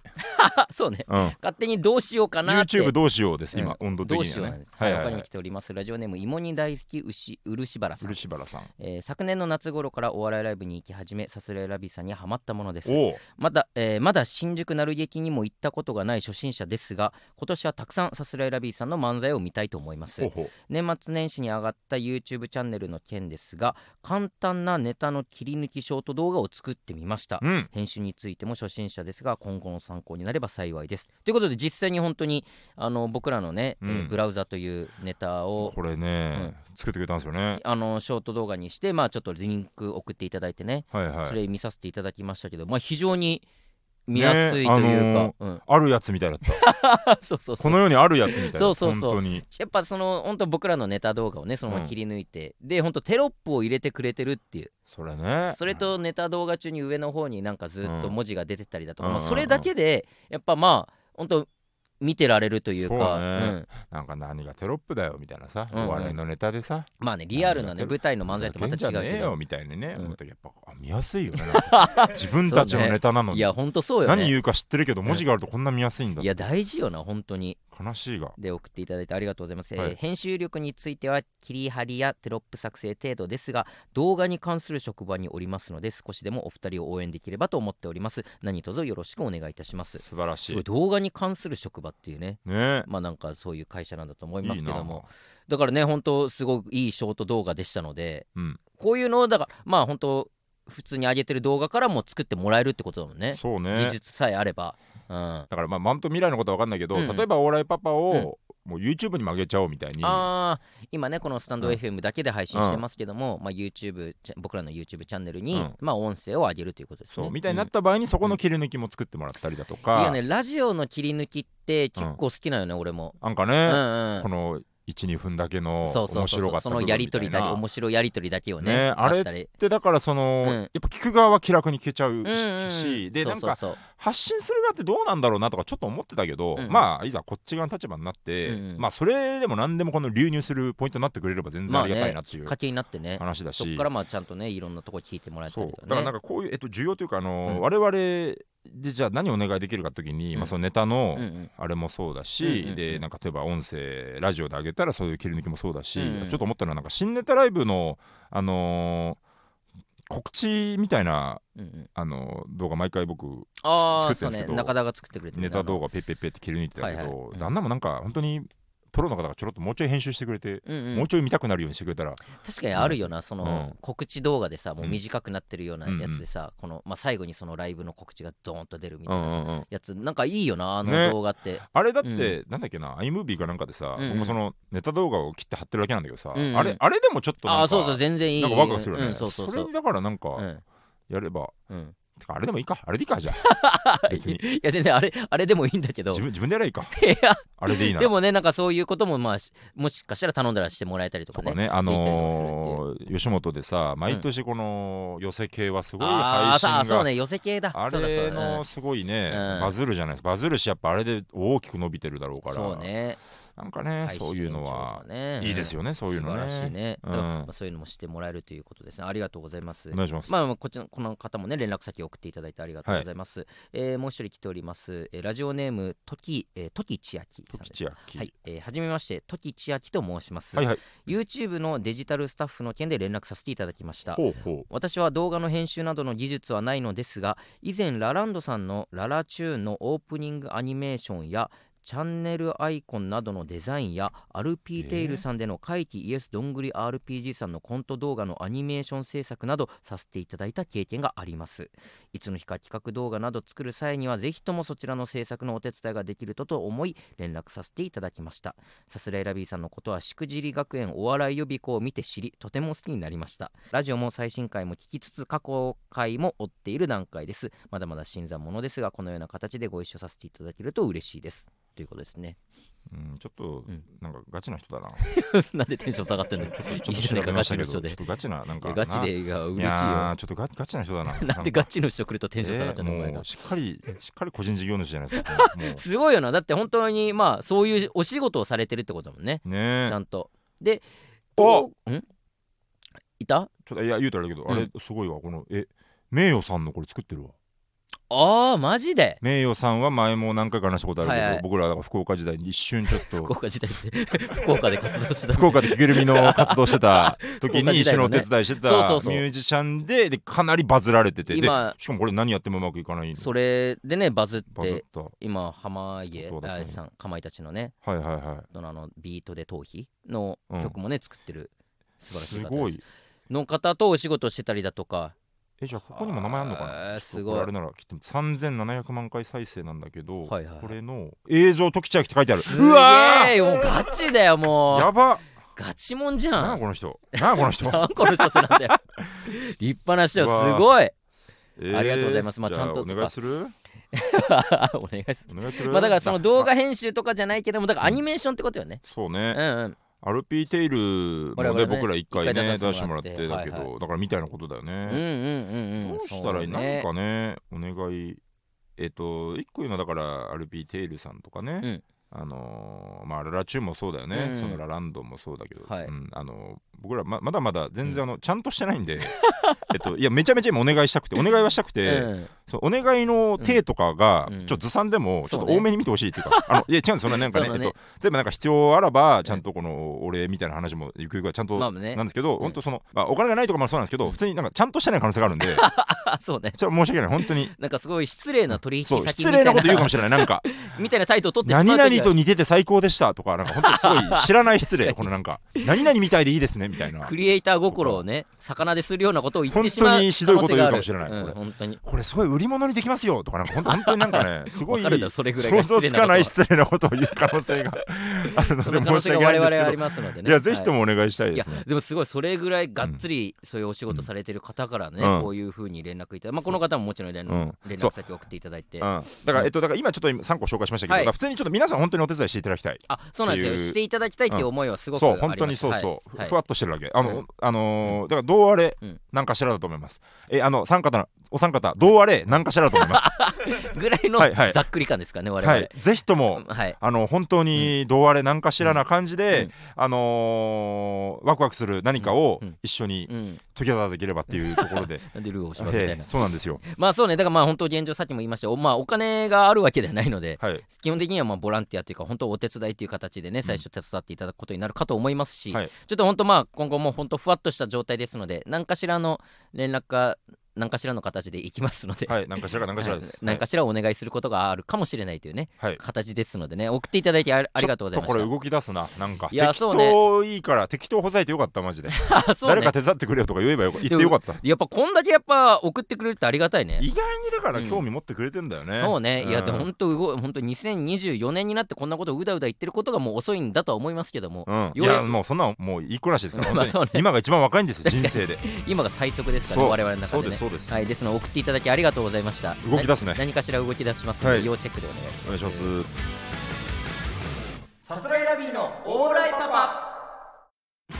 Speaker 1: あそうね
Speaker 2: うん、
Speaker 1: 勝手にどうしようかなって
Speaker 2: YouTube どうしようです今、
Speaker 1: うん
Speaker 2: 温度的
Speaker 1: どう
Speaker 2: に
Speaker 1: しよう
Speaker 2: は
Speaker 1: なん
Speaker 2: ね
Speaker 1: です、
Speaker 2: は
Speaker 1: はいい
Speaker 2: はい
Speaker 1: 他
Speaker 2: は
Speaker 1: に
Speaker 2: い
Speaker 1: 来ておりますラジオネーム芋に大好き牛漆原さん
Speaker 2: 漆原さん
Speaker 1: えー昨年の夏頃からお笑いライブに行き始めさすらいラビーさんにはまったものです
Speaker 2: おお
Speaker 1: まだ、えーまだ新宿なる劇にも行ったことがない初心者ですが今年はたくさんさすらいラビーさんの漫才を見たいと思います
Speaker 2: ほうほう
Speaker 1: 年末年始に上がった YouTube チャンネルの件ですが簡単なネタの切り抜きショート動画を作ってみました
Speaker 2: うん
Speaker 1: 編集についても初心者ですが今後の参考になれば幸いですということで実際に本当にあの僕らのね、えー
Speaker 2: うん
Speaker 1: ブラウザというネタを
Speaker 2: これね、作ってくれたんですよね
Speaker 1: あのショート動画にしてまあちょっとリンク送っていただいてね
Speaker 2: はいは
Speaker 1: そ
Speaker 2: い
Speaker 1: れ見させていただきましたけど、まあ、非常に見やすいというか、
Speaker 2: ねあの
Speaker 1: うん、
Speaker 2: あるやつみたいだった
Speaker 1: そうそうそ
Speaker 2: こ
Speaker 1: う
Speaker 2: の世にあるやつみたいな
Speaker 1: そうそうそう
Speaker 2: 本当に
Speaker 1: やっぱその本当僕らのネタ動画をねそのまま切り抜いて、で本当テロップを入れてくれてるっていう
Speaker 2: それね
Speaker 1: それとネタ動画中に上の方になんかずっと文字が出てたりだとか、
Speaker 2: うん
Speaker 1: まあ、それだけでやっぱまあ本当見てられるというか
Speaker 2: そうね
Speaker 1: ん
Speaker 2: なんか何がテロップだよみたいなさ、
Speaker 1: うんうん
Speaker 2: お笑いのネタでさ
Speaker 1: まあねリアルなね
Speaker 2: うん
Speaker 1: 舞台の漫才とまた違
Speaker 2: ふざけ
Speaker 1: う
Speaker 2: んじゃ
Speaker 1: け
Speaker 2: ねえよ
Speaker 1: ど
Speaker 2: みたいにね、
Speaker 1: うん
Speaker 2: 思ったけどやっぱあ見やすいよ ねなんか自分たちのネタなの
Speaker 1: い
Speaker 2: に、
Speaker 1: や本当そうよ
Speaker 2: 何
Speaker 1: ね
Speaker 2: 言うか知ってるけど文字があるとこんな見やすいんだ
Speaker 1: いや大事よな本当に
Speaker 2: 悲しいが
Speaker 1: で送っていただいてありがとうございます、えー
Speaker 2: はい
Speaker 1: 編集力については切り張りやテロップ作成程度ですが動画に関する職場におりますので少しでもお二人を応援できればと思っております何卒よろしくお願いいたします
Speaker 2: 素晴らし
Speaker 1: す
Speaker 2: い
Speaker 1: ごい動画に関する職場っていうね
Speaker 2: ね
Speaker 1: まあなんかそういう会社なんだと思いま
Speaker 2: いい
Speaker 1: すけ
Speaker 2: な
Speaker 1: どもだからね本当すごくいいショート動画でしたので
Speaker 2: うん
Speaker 1: こういうのをだからまあ本当普通に上げてる動画からも作ってもらえるってことだもんね
Speaker 2: そうね
Speaker 1: 技術さえあればうん
Speaker 2: だからまあマント未来のことは分かんないけど、
Speaker 1: うん
Speaker 2: 例えばお笑いパパをもう YouTube にも上げちゃおうみたいに、
Speaker 1: あー今ねこのスタンド
Speaker 2: うん
Speaker 1: FM だけで配信してますけども、まあ、YouTube ちゃ僕らの YouTube チャンネルに、
Speaker 2: うん
Speaker 1: まあ、音声を上げるということですね。
Speaker 2: そうみたいになっ
Speaker 1: うん
Speaker 2: た場合にそこの切り抜きも作ってもらったりだと
Speaker 1: い
Speaker 2: か、
Speaker 1: やねラジオの切り抜きって結構好きなよね、俺も。
Speaker 2: なんか
Speaker 1: うんう
Speaker 2: ね、
Speaker 1: ん
Speaker 2: この12分だけの面
Speaker 1: そ
Speaker 2: 白
Speaker 1: うそうそうそう
Speaker 2: かった
Speaker 1: そ
Speaker 2: 部
Speaker 1: の
Speaker 2: 分みたいな
Speaker 1: やり取りだけ面白いやり取りだけをね
Speaker 2: ねあれ
Speaker 1: ったり
Speaker 2: でだからその、
Speaker 1: うん
Speaker 2: やっぱ聞く側は気楽に聞けちゃうし、
Speaker 1: うんうんうん
Speaker 2: で
Speaker 1: そ
Speaker 2: な
Speaker 1: うんそう
Speaker 2: か
Speaker 1: そう
Speaker 2: 発信する側ってどうなんだろうなとかちょっと思ってたけど、
Speaker 1: うんうん
Speaker 2: まあいざこっち側の立場になって、
Speaker 1: うんうん
Speaker 2: まあそれでも何でもこの流入するポイントになってくれれば全然
Speaker 1: ま
Speaker 2: あ
Speaker 1: あ
Speaker 2: りがたい
Speaker 1: ね
Speaker 2: なって
Speaker 1: き
Speaker 2: い
Speaker 1: っ
Speaker 2: う
Speaker 1: かけになってね
Speaker 2: 話だし、
Speaker 1: そこからまあちゃんとねいろんなとこ聞いてもらえた
Speaker 2: そう
Speaker 1: りとか
Speaker 2: だからなん
Speaker 1: ね
Speaker 2: かこういう、えっと、需要というかあ
Speaker 1: う
Speaker 2: の、
Speaker 1: ん
Speaker 2: 我々でじゃあ何お願いできるかときに、
Speaker 1: うん
Speaker 2: まあ、そのネタの、
Speaker 1: うんうん
Speaker 2: あれもそうだし、
Speaker 1: うんうんうん
Speaker 2: でなんか例えば音声ラジオで上げたらそういう切り抜きもそうだし、
Speaker 1: うんうん
Speaker 2: ちょっと思ったのはなんか新ネタライブの、あのー告知みたいな、
Speaker 1: うんうん
Speaker 2: あのー動画毎回僕
Speaker 1: ああ
Speaker 2: 作
Speaker 1: そ
Speaker 2: っ
Speaker 1: う
Speaker 2: てるんですけ
Speaker 1: ね
Speaker 2: ど
Speaker 1: 中田が作ってくれてる
Speaker 2: ネタ動
Speaker 1: 画
Speaker 2: 画ペッペッペッって切り抜いてたけど、
Speaker 1: はいはいうん
Speaker 2: あんなもんなんか本当に。プロの方がちょろっともうちょい編集してくれて、
Speaker 1: うんう、
Speaker 2: もうんちょい見たくなるようにしてくれたら、
Speaker 1: 確かにあるよな、その、
Speaker 2: うん
Speaker 1: 告知動画でさ、もううん短くなってるようなやつでさ、このまあ、最後にそのライブの告知がドーンと出るみ
Speaker 2: う
Speaker 1: たい
Speaker 2: ん
Speaker 1: な
Speaker 2: う
Speaker 1: さ
Speaker 2: んうん、
Speaker 1: やつ、なんかいいよな、あの
Speaker 2: ね
Speaker 1: 動画って。
Speaker 2: あれだって、なんだっけな iMovie かなんかでさ、
Speaker 1: うんうん
Speaker 2: 僕もそのネタ動画を切って貼ってるだけなんだけどさ、
Speaker 1: うんうん
Speaker 2: あれあれでもちょっとなんか
Speaker 1: ああ、そうそう、全然いい。
Speaker 2: なんかワクワクするよね、
Speaker 1: うん、そうそう
Speaker 2: れ
Speaker 1: そう
Speaker 2: に。だからなん
Speaker 1: う
Speaker 2: か
Speaker 1: ん
Speaker 2: やれば、
Speaker 1: うん、
Speaker 2: てかあれでもいいかあれでいいかじゃ あ別に
Speaker 1: いや全然あれあれでもいいんだけど
Speaker 2: 自分自分でやればいいか
Speaker 1: いや
Speaker 2: あれでいいなら
Speaker 1: でもねなんかそういうこともまあしもしかしたら頼んだらしてもらえたりとか
Speaker 2: と
Speaker 1: ね
Speaker 2: かね、あのー吉本でさ、毎
Speaker 1: うん
Speaker 2: 年この寄せ系はすごい
Speaker 1: あ
Speaker 2: 配
Speaker 1: あ
Speaker 2: 信
Speaker 1: さ
Speaker 2: が、
Speaker 1: あそうね寄せ系だ
Speaker 2: あ
Speaker 1: そうだ
Speaker 2: れ
Speaker 1: そうだうん
Speaker 2: のすごいね、
Speaker 1: うん
Speaker 2: バズるじゃないですか、バズるし、やっぱあれで大きく伸びてるだろうから、
Speaker 1: そうね
Speaker 2: なんかね、そういうのは、いいです
Speaker 1: よ
Speaker 2: よね、そういうの
Speaker 1: 素
Speaker 2: ね。
Speaker 1: 晴らしいね、
Speaker 2: うん
Speaker 1: だからまあそういうのもしてもらえるということですねありがとうございます
Speaker 2: お願いします。
Speaker 1: まあ、こっちのこの方もね連絡先を送っていただいてありがとうございます、えーもう一人来ております、えーラジオネームとき、えー、ときちあきさんです
Speaker 2: 吉明
Speaker 1: はい、えーはじめましてときちあきと申します、
Speaker 2: はいはい。
Speaker 1: YouTube のデジタルスタッフの件で連絡させていただきました
Speaker 2: ほうほう。
Speaker 1: 私は動画の編集などの技術はないのですが以前ラランドさんの「ララチューン」のオープニングアニメーションやチャンネルアイコンなどのデザインや RP テイルさんでの怪奇イエスどんぐり RPG さんのコント動画のアニメーション制作などさせていただいた経験がありますいつの日か企画動画など作る際にはぜひともそちらの制作のお手伝いができるとと思い連絡させていただきましたさすらいラビーさんのことはしくじり学園お笑い予備校を見て知りとても好きになりましたラジオも最新回も聞きつつ過去回も追っている段階ですまだまだ新参者ですがこのような形でご一緒させていただけると嬉しいですということですね
Speaker 2: うん、ちょっと
Speaker 1: うん、
Speaker 2: なんかガチな 人だな。
Speaker 1: なんでテンション下がってんのい
Speaker 2: ちょ
Speaker 1: い
Speaker 2: っと
Speaker 1: じゃねえか
Speaker 2: 調べ
Speaker 1: ガ
Speaker 2: まし
Speaker 1: チ
Speaker 2: た
Speaker 1: の
Speaker 2: けど
Speaker 1: 人で
Speaker 2: ちょっとガチな、なん
Speaker 1: い
Speaker 2: か
Speaker 1: や
Speaker 2: な。
Speaker 1: ガチでが嬉しい
Speaker 2: い
Speaker 1: よ
Speaker 2: やーちょっとガガチな人だな。
Speaker 1: なんでガチの人来るとテンション下がっちゃうのお前
Speaker 2: えーも
Speaker 1: が
Speaker 2: うしっかり、しっかり個人事業主じゃないですか。も
Speaker 1: すごいよなだって本当にまあそういうお仕事をされてるってことだもんね
Speaker 2: うねえ
Speaker 1: ちゃんとで
Speaker 2: お
Speaker 1: どうんいた
Speaker 2: ちょっといや言うたらあれだけど、
Speaker 1: うん
Speaker 2: あれすごいわこのえ名誉さんのこれ作ってるわ
Speaker 1: ああマジで
Speaker 2: 名誉さんは前も何回か話したことあるけど、
Speaker 1: はいはい
Speaker 2: 僕らだから福岡時代に一瞬ちょっ
Speaker 1: 福
Speaker 2: と
Speaker 1: 岡時代って 福岡で活動してた
Speaker 2: 福岡で着ぐるみの活動してた時に一緒にお手伝いしてた
Speaker 1: そうそうそう
Speaker 2: ミュージシャンででかなりバズられててで
Speaker 1: 今
Speaker 2: しかもこれ何やってもうまくいかない
Speaker 1: それでねバズっ
Speaker 2: バズってたは
Speaker 1: 今濱家
Speaker 2: そうですね
Speaker 1: あさんかまいたちのね
Speaker 2: いはいは
Speaker 1: あのあのビートで逃避の
Speaker 2: うん
Speaker 1: 曲もね、作ってる
Speaker 2: い
Speaker 1: 素晴らしい
Speaker 2: す
Speaker 1: 方
Speaker 2: ご
Speaker 1: です
Speaker 2: い
Speaker 1: の方とお仕事してたりだとか
Speaker 2: えじゃあここにも名前あんのか
Speaker 1: あー
Speaker 2: な
Speaker 1: すごい
Speaker 2: ちょっとこれあれならきっと3700万回再生なんだけど、
Speaker 1: はいはい
Speaker 2: これの映像時ちゃきって書いてある
Speaker 1: す
Speaker 2: うわ
Speaker 1: げえよもうガチだよも
Speaker 2: ー
Speaker 1: う
Speaker 2: やば
Speaker 1: ガチもんじ
Speaker 2: な
Speaker 1: ゃ
Speaker 2: あ
Speaker 1: ん
Speaker 2: この人なあこ の人
Speaker 1: 何この人ってなん だよ立派な人よ
Speaker 2: うわー
Speaker 1: すごい
Speaker 2: えー
Speaker 1: ありがとうございますまあ
Speaker 2: じゃ
Speaker 1: ちゃんと
Speaker 2: お願いする
Speaker 1: お願いす
Speaker 2: お願いする
Speaker 1: まあだからその動
Speaker 2: あ
Speaker 1: 画編集とかじゃないけどもだからアニメーションってことよね
Speaker 2: そう
Speaker 1: う
Speaker 2: ね
Speaker 1: ん、うん
Speaker 2: アルピーテイ
Speaker 1: 我
Speaker 2: ルも
Speaker 1: 々ね
Speaker 2: ね僕ら一
Speaker 1: 一
Speaker 2: 回
Speaker 1: 回
Speaker 2: ね
Speaker 1: 出させ
Speaker 2: 出してて
Speaker 1: も
Speaker 2: も
Speaker 1: らっ
Speaker 2: らっててだけ
Speaker 1: はいは
Speaker 2: どだからみたいなことだよ
Speaker 1: うんうんう
Speaker 2: ね
Speaker 1: んうん
Speaker 2: どうしたらいい
Speaker 1: そうね
Speaker 2: 何かねお願いえっと一個今だからアルピーテイルさんとか
Speaker 1: う
Speaker 2: ね
Speaker 1: ん
Speaker 2: あのーまあララチューもそうだよ
Speaker 1: う
Speaker 2: ね
Speaker 1: ん
Speaker 2: そのラランドもそうだけど
Speaker 1: はい
Speaker 2: うんあのー僕らままだまだ全然あのちゃんとしてないんで えっといやめちゃめちゃ今お願いしたくてお願いはしたくて
Speaker 1: うん
Speaker 2: そうお願いの手とかが、
Speaker 1: うん
Speaker 2: ちょっとずさんでも、ち
Speaker 1: そう
Speaker 2: ょ
Speaker 1: ね
Speaker 2: っと多めに見てほしいっていうか、 あのいや違うんですよ、そんななんかね
Speaker 1: そうだね
Speaker 2: えっと、例えばなんか必要あらば、ちゃんとこのお礼みたいな話もゆくゆくはちゃんと、
Speaker 1: まあね
Speaker 2: なんですけど、
Speaker 1: ん
Speaker 2: 本当その、まあ、お金がないとかもそうなんですけど、
Speaker 1: うん
Speaker 2: 普通になんかちゃんとしてない可能性があるんで、ちょっ
Speaker 1: あそうね
Speaker 2: と申し訳ない、本当に。
Speaker 1: なんかすごい失礼な取引
Speaker 2: そう
Speaker 1: 先
Speaker 2: 失
Speaker 1: みた
Speaker 2: 礼
Speaker 1: い
Speaker 2: なこと言うか
Speaker 1: な
Speaker 2: もしれない、なんか、
Speaker 1: みたいな態度を取ってしまう
Speaker 2: 何
Speaker 1: 時が
Speaker 2: 々と似てて最高でしたとか、なんか本当すごい知らない失礼、
Speaker 1: 確かに
Speaker 2: このなんか、何々みたいでいいですねみたいな
Speaker 1: ク、リエイター心をね魚でするようなことを言ってしまう
Speaker 2: 本当にひどいこと言うかもしれない
Speaker 1: 可能性がある
Speaker 2: こ
Speaker 1: うん、本当に
Speaker 2: これすごい売り物にできますよとか、なんか本当本当になん かね、すごい
Speaker 1: わかるだろそれぐらいが
Speaker 2: 想像つかない失礼なことを言う可能性があるの
Speaker 1: その
Speaker 2: で、
Speaker 1: 可能
Speaker 2: 申
Speaker 1: 性
Speaker 2: し
Speaker 1: が
Speaker 2: 訳ない
Speaker 1: 我々
Speaker 2: んですけ
Speaker 1: あ
Speaker 2: ど
Speaker 1: り。ますのでね
Speaker 2: いや、ぜひと
Speaker 1: は
Speaker 2: もお願いしたい
Speaker 1: いい
Speaker 2: で
Speaker 1: や
Speaker 2: すね。
Speaker 1: でもすごいそれぐらいがっつりそういうお仕事されてる方からね、
Speaker 2: うん
Speaker 1: こういうふうに連絡いただいて、まあ、この方ももちろん連,、
Speaker 2: うん
Speaker 1: 連
Speaker 2: そう
Speaker 1: 絡先送っていただいて、
Speaker 2: うん、だから、えっと、だから今ちょっと今3個紹介しましたけど、
Speaker 1: はい
Speaker 2: だから普通にちょっと皆さん本当にお手伝いしていただきたい。
Speaker 1: あそうなんですよ
Speaker 2: っていう
Speaker 1: していただきたいという思いはすごくあ
Speaker 2: そ
Speaker 1: り
Speaker 2: う、
Speaker 1: ます、
Speaker 2: 本当にそうそう、
Speaker 1: はい
Speaker 2: ふわっとしてるだけ。あの、
Speaker 1: うん
Speaker 2: あのーだからどうあれ、
Speaker 1: うん
Speaker 2: なんかしらだと思います。え、あの、三方の、お三方、どうあれ、なんかしらだと 思います。
Speaker 1: ぐらいの
Speaker 2: はいはい
Speaker 1: ざっくり感ですかね我々、
Speaker 2: はい、ぜひとも、
Speaker 1: うんはい
Speaker 2: あの、本当にどうあれ、なんかしらな感じで、
Speaker 1: うん
Speaker 2: あのーワクワクする何かを
Speaker 1: うん
Speaker 2: 一緒に
Speaker 1: うん、
Speaker 2: 解き出できればっていうとこ ろで。
Speaker 1: なんでルーを
Speaker 2: え
Speaker 1: 縛るみたい
Speaker 2: え
Speaker 1: な
Speaker 2: そうなんですよ。
Speaker 1: まあそうねだからまあ本当現状さっきも言いましたお,、まあ、お金があるわけではないので
Speaker 2: はい。
Speaker 1: 基本的にはまあボランティアというか本当お手伝いという形でね最初手伝っていただくことになるかと思いますし、
Speaker 2: はい
Speaker 1: ちょっと本当まあ今後も本当ふわっとした状態ですので何かしらの連絡が何かしらの形でいきますので、
Speaker 2: はい、何かしらか何かしらです。
Speaker 1: 何かしらお願いすることがあるかもしれないというね、
Speaker 2: はい。
Speaker 1: 形ですのでね、送っていただいてありありがとうございま
Speaker 2: ちょっと
Speaker 1: し
Speaker 2: これ動き出すな、なんか。
Speaker 1: いや
Speaker 2: 適
Speaker 1: そうね
Speaker 2: 当いいから、適当ほざいてよかった、マジで。
Speaker 1: た。あそう
Speaker 2: 誰
Speaker 1: ね
Speaker 2: か、手伝ってくれよとか言えばよか言ってよかった。
Speaker 1: やっぱこんだけやっぱ送ってくれるってありがたいね。
Speaker 2: 意外にだから
Speaker 1: うん
Speaker 2: 興味持ってくれてんだよね。
Speaker 1: そうね、いや
Speaker 2: ん
Speaker 1: でも本当動い本当2024年になってこんなことをうだうだ言ってることがもう遅いんだとは思いますけども、
Speaker 2: うん、い
Speaker 1: ようや
Speaker 2: やもうそんなのもういい子らしいですか ら、
Speaker 1: まあ
Speaker 2: 本当に
Speaker 1: そうね
Speaker 2: 今が一番若いんですよ人 生で
Speaker 1: 今が最速ですからね我々の中でね。
Speaker 2: そうですそう
Speaker 1: はい、ですので送っていただきありがとうございました。
Speaker 2: 動き出すね
Speaker 1: な何かしら動き出しますので、
Speaker 2: はい
Speaker 1: 要チェックでお願いします
Speaker 2: お。願いします
Speaker 1: さすらいラビーのオーライパパ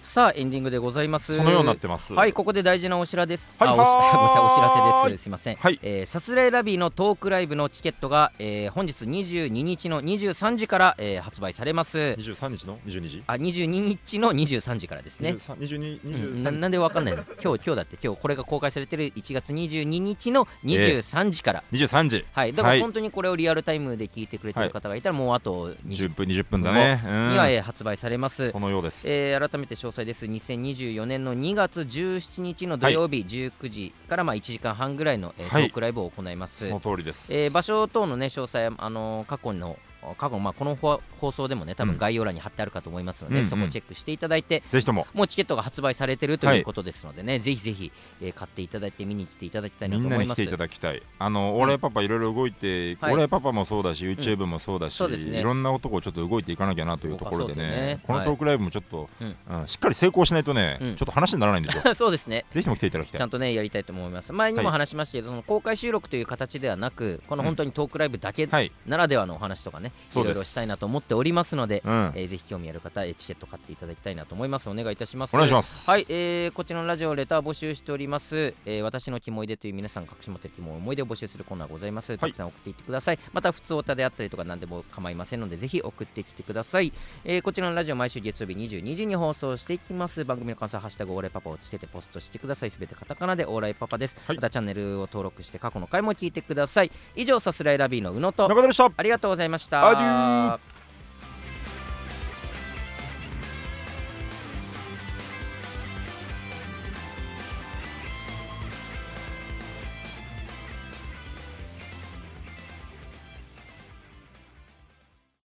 Speaker 1: さあエンディングでございます
Speaker 2: そのようになってます
Speaker 1: はいここで大事なお知らです、
Speaker 2: はい
Speaker 1: あ
Speaker 2: はー
Speaker 1: お
Speaker 2: い
Speaker 1: 知らごめんなさいお知らせですすいません、
Speaker 2: はい
Speaker 1: えーさすらいラビーのトークライブのチケットが、えー本日22日の23時から、えー発売されます
Speaker 2: 23日の22時
Speaker 1: あ22日の23時からですね
Speaker 2: 23 22
Speaker 1: うんな
Speaker 2: 23
Speaker 1: なんでわかんないの今日今日だって今日これが公開されてる1月22日の23時から、
Speaker 2: 23時
Speaker 1: はいだか
Speaker 2: は
Speaker 1: ら
Speaker 2: い
Speaker 1: 本当にこれをリアルタイムで聞いてくれてる方がいたら、もうあと20
Speaker 2: 10分20分だね
Speaker 1: 分には、
Speaker 2: う
Speaker 1: えー発売されます
Speaker 2: んそのようです、
Speaker 1: えー改めて詳細です2024年の2月17日の土曜日19時からまあ1時間半ぐらいの、えー
Speaker 2: はい
Speaker 1: トークライブを行います、
Speaker 2: その通りです、
Speaker 1: えー場所等の、ね、詳細はあのー過去の過去の、まあ、この放放送でもね多
Speaker 2: う
Speaker 1: 分
Speaker 2: ん
Speaker 1: 概要欄に貼ってあるかと思いますので、
Speaker 2: うんうん
Speaker 1: そこをチェックしていただいて、
Speaker 2: ぜひとも
Speaker 1: もうチケットが発売されてるということですのでね、ぜひぜひ、えー買っていただいて見に来ていただきたいな
Speaker 2: み
Speaker 1: と
Speaker 2: んな
Speaker 1: 思い
Speaker 2: に
Speaker 1: ま
Speaker 2: 来
Speaker 1: す。
Speaker 2: ていただきたいあのオーライパパいろいろ動いて、
Speaker 1: はい
Speaker 2: オーライパパもそうだし YouTube もそうだし、
Speaker 1: そうですね
Speaker 2: いろんな男をちょっと動いていかなきゃなというところ
Speaker 1: 動かそう
Speaker 2: でね
Speaker 1: とね
Speaker 2: このトークライブもちょっと、
Speaker 1: はい
Speaker 2: うんしっかり成功しないとね、
Speaker 1: うん
Speaker 2: ちょっと話にならないん ですよ
Speaker 1: そうですね
Speaker 2: ぜひとも来ていただき
Speaker 1: ち
Speaker 2: た
Speaker 1: ゃ
Speaker 2: い
Speaker 1: んとねやりたいと思います前にも
Speaker 2: はい
Speaker 1: 話しましたけど、その公開収録という形ではなくこの本当にトークライブだけ
Speaker 2: はい
Speaker 1: ならではのお話とかね、
Speaker 2: そう
Speaker 1: いろい
Speaker 2: です
Speaker 1: ろしたいなと思っておりますので、
Speaker 2: うん
Speaker 1: えーぜひ興味ある方、えーチケット買っていただきたいなと思いますお願いいたします
Speaker 2: お願いします
Speaker 1: はい、えーこちらのラジオレター募集しております、えー私のキモいでという皆さん隠し持ってるキモい思い出を募集するコーナーございますたくさん送っていってください、また普通オタであったりとか何でも構いませんのでぜひ送ってきてください、えーこちらのラジオ毎週月曜日22時に放送していきます番組の感想はハッシュタグオーライパパをつけてポストしてくださいすべてカタカナでオーライパパです、
Speaker 2: はい
Speaker 1: またチャンネルを登録して過去の回も聞いてください以上さすらいラビーの宇野と
Speaker 2: 中田でした
Speaker 1: ありがとうございました
Speaker 2: アデュー